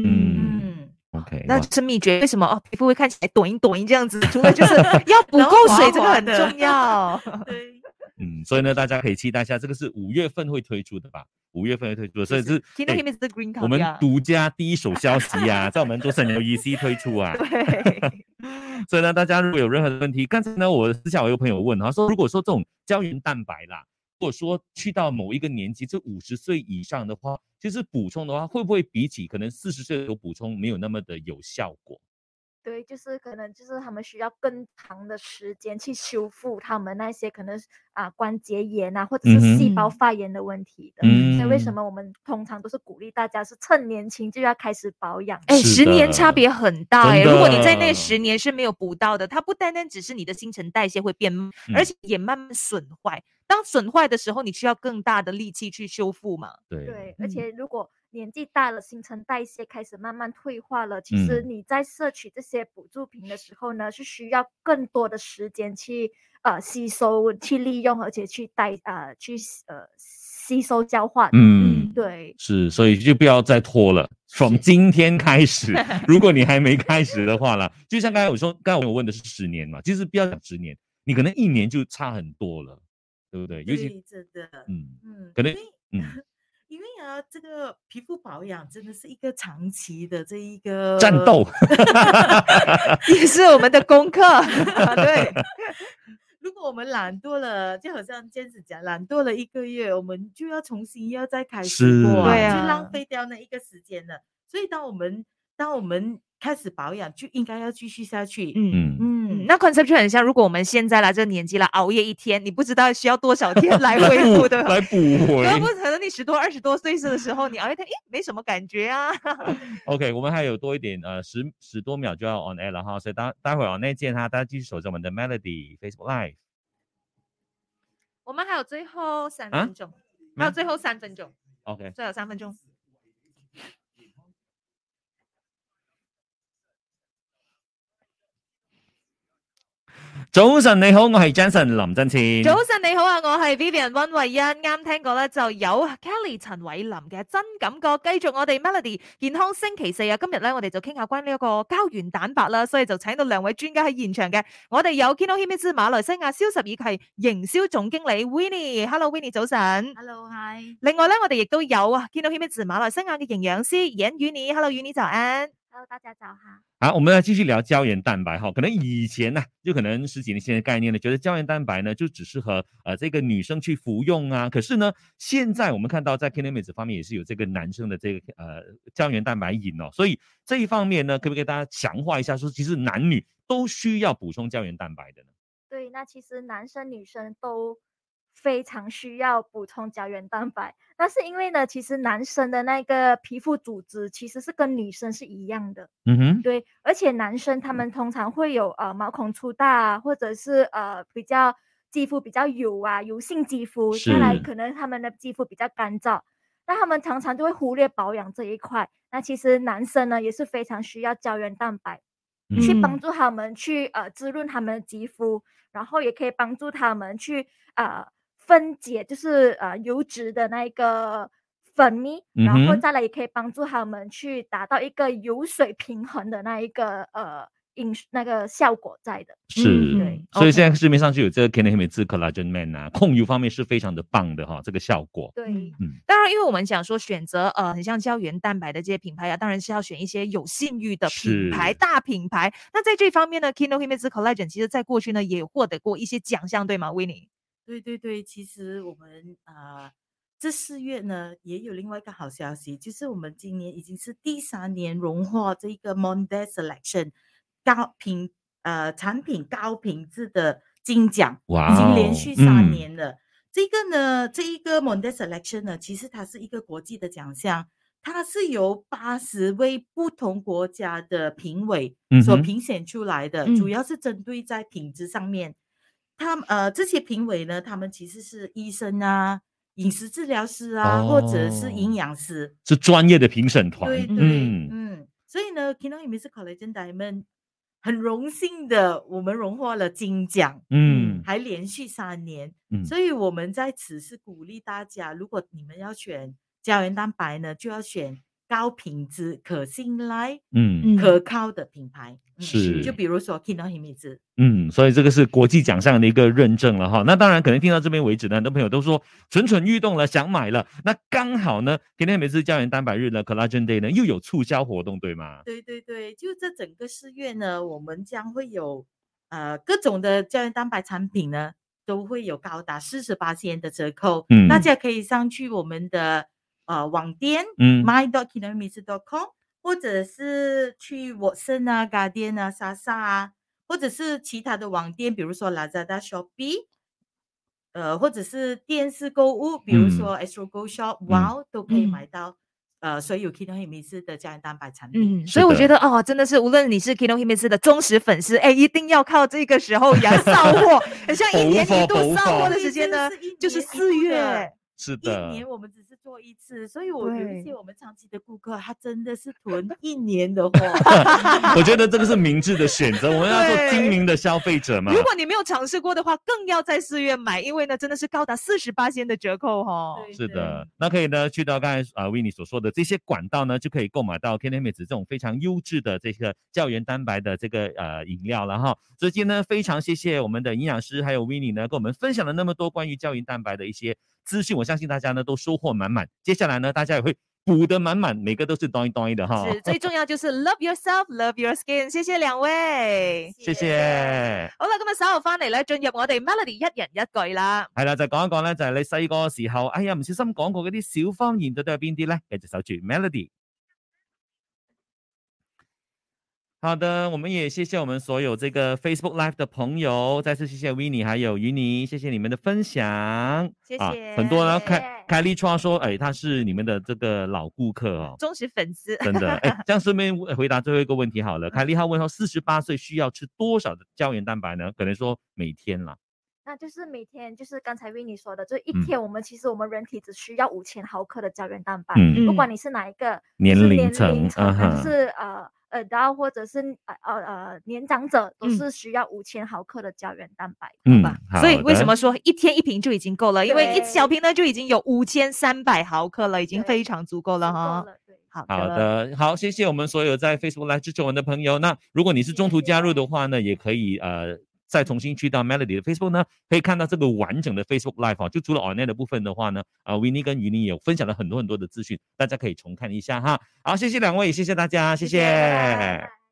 Speaker 1: 嗯
Speaker 3: 嗯，
Speaker 1: OK，
Speaker 2: 那
Speaker 1: 哇
Speaker 2: 就是秘诀。为什么哦，皮肤会看起来抖音抖音这样子？除 了就是要补
Speaker 3: 然后
Speaker 2: 够
Speaker 3: 滑
Speaker 2: 水，这个
Speaker 3: 滑
Speaker 2: 很
Speaker 3: 的
Speaker 2: 重要。
Speaker 3: 对，
Speaker 1: 嗯，所以呢，大家可以期待一下，这个是五月份会推出的吧？五月份会推出的，所以是
Speaker 2: k i n o
Speaker 1: 哎
Speaker 2: h i m i s 的 Green Cup
Speaker 1: 我们
Speaker 4: 啊
Speaker 2: 呀
Speaker 1: 独家第一手消息啊，在我们多神牛 EC 推出啊。
Speaker 2: 对，
Speaker 1: 所以呢，大家如果有任何的问题，刚才呢，我私下我有朋友问啊，他说如果说这种胶原蛋白啦，如果说去到某一个年纪，就五十岁以上的话，就是补充的话，会不会比起可能四十岁有补充没有那么的有效果？
Speaker 4: 对，就是可能就是他们需要更长的时间去修复他们那些可能是啊关节炎啊，或者是细胞
Speaker 2: 嗯哼
Speaker 4: 发炎的问题的。
Speaker 1: 嗯，
Speaker 4: 所以为什么我们通常都是鼓励大家是趁年轻就要开始保养？
Speaker 2: 哎，
Speaker 1: 是
Speaker 2: 十年
Speaker 1: 的
Speaker 2: 差别很大哎、
Speaker 1: 真
Speaker 2: 如果你在那
Speaker 1: 的
Speaker 2: 十年是没有补到的，它不单单只是你的新陈代谢会变慢，
Speaker 1: 嗯
Speaker 2: 而且也慢慢损坏。当损坏的时候，你需要更大的力气去修复嘛。
Speaker 1: 对
Speaker 4: 对，而
Speaker 2: 嗯
Speaker 4: 且如果年纪大了，新陈代谢开始慢慢退化了，其实
Speaker 1: 嗯
Speaker 4: 你在摄取这些补助品的时候呢，是需要更多的时间去呃吸收、去利用，而且去代呃去吸呃吸收交换。
Speaker 1: 嗯，
Speaker 4: 对，
Speaker 1: 是，所以就不要再拖 了。从今天开始，如果你还没开始的话啦，就像刚才我说，刚才我问的是十年嘛，其实不要讲十年，你可能一年就差很多了，对不对？尤其
Speaker 3: 对，真的，
Speaker 1: 嗯
Speaker 3: 嗯，
Speaker 1: 可能
Speaker 3: 因为
Speaker 1: 嗯，
Speaker 3: 因为啊，这个皮肤保养真的是一个长期的这一个
Speaker 1: 战斗，
Speaker 2: 呃也是我们的功 课。啊对，
Speaker 3: 如果我们懒惰了，就好像这样子讲，懒惰了一个月，我们就要重新要再开始
Speaker 1: 是
Speaker 3: 过、
Speaker 2: 对
Speaker 3: 就
Speaker 2: 啊
Speaker 3: 浪费掉那一个时间了。所以，当我们当我们开始保养，就应该要继续下去。
Speaker 2: 嗯。
Speaker 1: 嗯，
Speaker 3: 嗯
Speaker 2: 嗯，那 concept 就很像，如果我们现在啦这个年纪啦，熬夜一天，你不知道需要多少天来恢复，对吧？
Speaker 1: 来补回
Speaker 2: 要。不可能你十多二十多岁的时候，你熬夜天，诶，没什么感觉啊。
Speaker 1: OK，我们还有多一点呃十十多秒就要 on air 了哈，所以待待会儿 on air 见哈，大家继续守着我们的 Melody Facebook Live。
Speaker 2: 我们还有最后三
Speaker 1: 啊
Speaker 2: 分钟，还有
Speaker 1: 嗯
Speaker 2: 最后三分钟，
Speaker 1: OK，
Speaker 2: 最后三分钟。
Speaker 1: 早晨你好，我係 Jensen 林振前。
Speaker 2: 早晨你好啊，我係 Vivian 温慧欣，啱聽過咧就有 Kelly 陳偉林嘅真感覺。繼續我哋 Melody 健康星期四啊，今日咧我哋就傾下關於呢一個膠原蛋白啦，所以就請到兩位專家喺現場嘅。我哋有 Kino Himis 馬來西亞銷售以及營銷總經理 Winnie，Hello Winnie 早晨。
Speaker 3: ，Hello Hi，
Speaker 2: 另外咧我哋亦都有啊 Kino Himis 馬來西亞嘅營養師 y a n y u n i h e l l o y u n i 早安。
Speaker 4: Hello，大家早哈。
Speaker 1: 好，我们来继续聊胶原蛋白哈。可能以前呢、就可能十几年前的概念呢，觉得胶原蛋白呢就只适合呃这个女生去服用啊。可是呢，现在我们看到在 k i n e m i s 方面也是有这个男生的这个呃胶原蛋白饮哦。所以这一方面呢，可不可以给大家强化一下，说其实男女都需要补充胶原蛋白的呢？
Speaker 4: 对，那其实男生女生都非常需要补充胶原蛋白，那是因为呢，其实男生的那个皮肤组织其实是跟女生是一样的。
Speaker 1: 嗯哼，
Speaker 4: 对，而且男生他们通常会有呃毛孔粗大啊，或者是呃比较肌肤比较油啊，油性肌肤，
Speaker 1: 是
Speaker 4: 再来可能他们的肌肤比较干燥，那他们常常就会忽略保养这一块。那其实男生呢也是非常需要胶原蛋白，去帮
Speaker 3: 嗯
Speaker 4: 助他们去呃滋润他们的肌肤，然后也可以帮助他们去呃分解，就是呃油脂的那一个粉蜜，然后
Speaker 1: 嗯哼
Speaker 4: 再来也可以帮助他们去达到一个油水平衡的那一个呃饮食那个效果在的。
Speaker 1: 是。
Speaker 4: 对
Speaker 3: 嗯
Speaker 1: 所以
Speaker 3: OK
Speaker 1: 现在市面上就有这个 k e n n e h m i 自 Collagen Man 啊，控油方面是非常的棒的哈，这个效果。
Speaker 4: 对，
Speaker 3: 嗯
Speaker 2: 当然，因为我们讲说选择呃，很像胶原蛋白的这些品牌啊，当然是要选一些有信誉的品牌、
Speaker 1: 是
Speaker 2: 大品牌。那在这方面呢，Kino Himes Collagen 其实在过去呢也获得过一些奖项，对吗 w i n n i
Speaker 3: 对对对，其实我们啊、呃这四月呢也有另外一个好消息，就是我们今年已经是第三年荣获这个 Monday Selection 高品呃产品高品质的金奖，
Speaker 1: 哇、
Speaker 3: 已
Speaker 1: 哦，
Speaker 3: 经连续三
Speaker 1: 嗯
Speaker 3: 年了。这个呢，这一个 Monday Selection 呢，其实它是一个国际的奖项，它是由八十位不同国家的评委所
Speaker 1: 嗯哼
Speaker 3: 评选出来的，
Speaker 2: 嗯
Speaker 3: 主要是针对在品质上面。他们呃，这些评委呢，他们其实是医生啊、饮食治疗师啊，或者是
Speaker 1: 哦
Speaker 3: 营养师。
Speaker 1: 是专业的评审团。
Speaker 3: 对对，嗯
Speaker 1: 嗯，
Speaker 3: 所以呢，Kino i m i s Collagen Diamond 很荣幸的，我们荣获了金奖，
Speaker 1: 嗯
Speaker 3: 还连续三年，
Speaker 1: 嗯
Speaker 3: 所以我们在此是鼓励大家，如果你们要选胶原蛋白呢，就要选高品质、可信赖、
Speaker 1: 嗯
Speaker 3: 可靠的品牌，嗯
Speaker 1: 是
Speaker 3: 就比如说 Kino i m i s
Speaker 1: 嗯，所以这个是国际奖项的一个认证了哈。那当然，可能听到这边为止呢，很多朋友都说蠢蠢欲动了，想买了。那刚好呢，今天每次胶原蛋白日呢，Collagen Day 呢又有促销活动，对吗？
Speaker 3: 对对对，就这整个四月呢，我们将会有呃各种的胶原蛋白产品呢，都会有高达四十八的折扣。大
Speaker 1: 嗯
Speaker 3: 家可以上去我们的呃网店、
Speaker 1: 嗯
Speaker 3: my dot k i n o m i s dot com，或者是去 Watson 啊、Guardian 啊、Sasa 啊，或者是其他的网店，比如说 Lazada、Shopee。呃，或者是电视购物，比如
Speaker 1: 嗯
Speaker 3: 说 Astro Go Shop、
Speaker 1: 嗯
Speaker 3: Wow 都可以
Speaker 2: 嗯
Speaker 3: 买到，呃，所有 Kino h i m i s 的胶原蛋白产品。
Speaker 2: 嗯，
Speaker 1: 是
Speaker 2: 所以我觉
Speaker 1: 的
Speaker 2: 得哦，真的是无论你是 Kino Himes 的忠实粉丝，哎，一定要靠这个时候养 扫货，很像一
Speaker 1: 补
Speaker 2: 年一
Speaker 1: 货
Speaker 2: 度
Speaker 1: 补
Speaker 2: 扫货
Speaker 1: 货
Speaker 2: 的
Speaker 3: 对
Speaker 2: 时间
Speaker 3: 真的
Speaker 2: 呢
Speaker 3: 是一，
Speaker 2: 就是
Speaker 3: 年一
Speaker 2: 四
Speaker 3: 度的
Speaker 2: 月。
Speaker 1: 是
Speaker 3: 一
Speaker 1: 的，
Speaker 3: 年我们只是做一次，所以我有一
Speaker 2: 对
Speaker 3: 些我们长期的顾客，他真的是囤一年的货。
Speaker 1: 我觉得这个是明智的选择，我们要做精明的消费者嘛。
Speaker 2: 如果你没有尝试过的话，更要在四月买，因为呢，真的是高达四十八仙的折扣哦。
Speaker 3: 对
Speaker 1: 是的，那可以呢，去到刚才啊 w i n n 所说的这些管道呢，就可以购买到 k e n n e m i t 这种非常优质的这个胶原蛋白的这个呃饮料了哈。所以今天呢，非常谢谢我们的营养师还有 w i n n 呢，跟我们分享了那么多关于胶原蛋白的一些资讯，我相信大家呢都收获满满。接下来呢，大家也会补得满满，每个都是 d o i d o i 的哈。
Speaker 2: 是最重要就是 love yourself, love your skin。谢谢兩位。
Speaker 1: 谢谢。
Speaker 2: 好啦，今日稍後翻嚟咧，進入我哋 Melody 一人一句啦。
Speaker 1: 系啦，就講一講咧，就係你細個嘅時候，哎呀唔小心講過嗰啲小方言，到底有邊啲咧？繼續守住 Melody。好的，我们也谢谢我们所有这个 Facebook Live 的朋友，再次谢谢 w i n n i e 还有云妮，谢谢你们的分享。
Speaker 2: 謝
Speaker 1: 啊
Speaker 2: 謝，
Speaker 1: 很多呢，
Speaker 4: 谢
Speaker 1: 凯凯莉创说，哎，他是你们的这个老顾客 哦。
Speaker 2: 忠實粉絲。
Speaker 1: 真的，哎，这样顺便呃回答最后一个问题好
Speaker 2: 嗯
Speaker 1: 了。凯莉她问说，四十八岁需要吃多少的胶原蛋白呢？可能说每天啦。
Speaker 4: 那就是每天就是刚才为你说的，就一
Speaker 1: 嗯
Speaker 4: 天我们其实我们人体只需要五千毫克的胶原蛋白，
Speaker 1: 嗯，
Speaker 4: 不管
Speaker 2: 嗯
Speaker 4: 你是哪一个
Speaker 1: 年
Speaker 4: 是
Speaker 1: 龄层，嗯
Speaker 4: 层啊
Speaker 1: 哼，
Speaker 4: 就是呃呃，然后或者是呃呃呃年长者都
Speaker 2: 嗯
Speaker 4: 是需要五千毫克的胶原蛋白。
Speaker 1: 嗯
Speaker 2: 吧，
Speaker 1: 好
Speaker 2: 所以为什
Speaker 1: 的
Speaker 2: 麼說一天一瓶就已經夠了？因為一
Speaker 4: 對
Speaker 2: 小瓶呢就已經有五千三百毫克了，已經
Speaker 4: 對
Speaker 2: 非常足
Speaker 1: 嗯
Speaker 2: 夠
Speaker 4: 足
Speaker 2: 了
Speaker 4: 够
Speaker 2: 哈。
Speaker 4: 了对
Speaker 2: 好
Speaker 1: 好的，好，谢谢我们所有在 Facebook 来支持我们的朋友。那如果你是中途加入的话呢，也可以呃再重新去到 Melody 的 Facebook 呢，可以看到这个完整的 Facebook Live 哦。就除了 online 的部分的话呢，啊 w i n n i e 跟于宁也有分享了很多很多的资讯，大家可以重看一下哈。好，谢谢两位，谢谢大家，谢
Speaker 4: 谢谢拜拜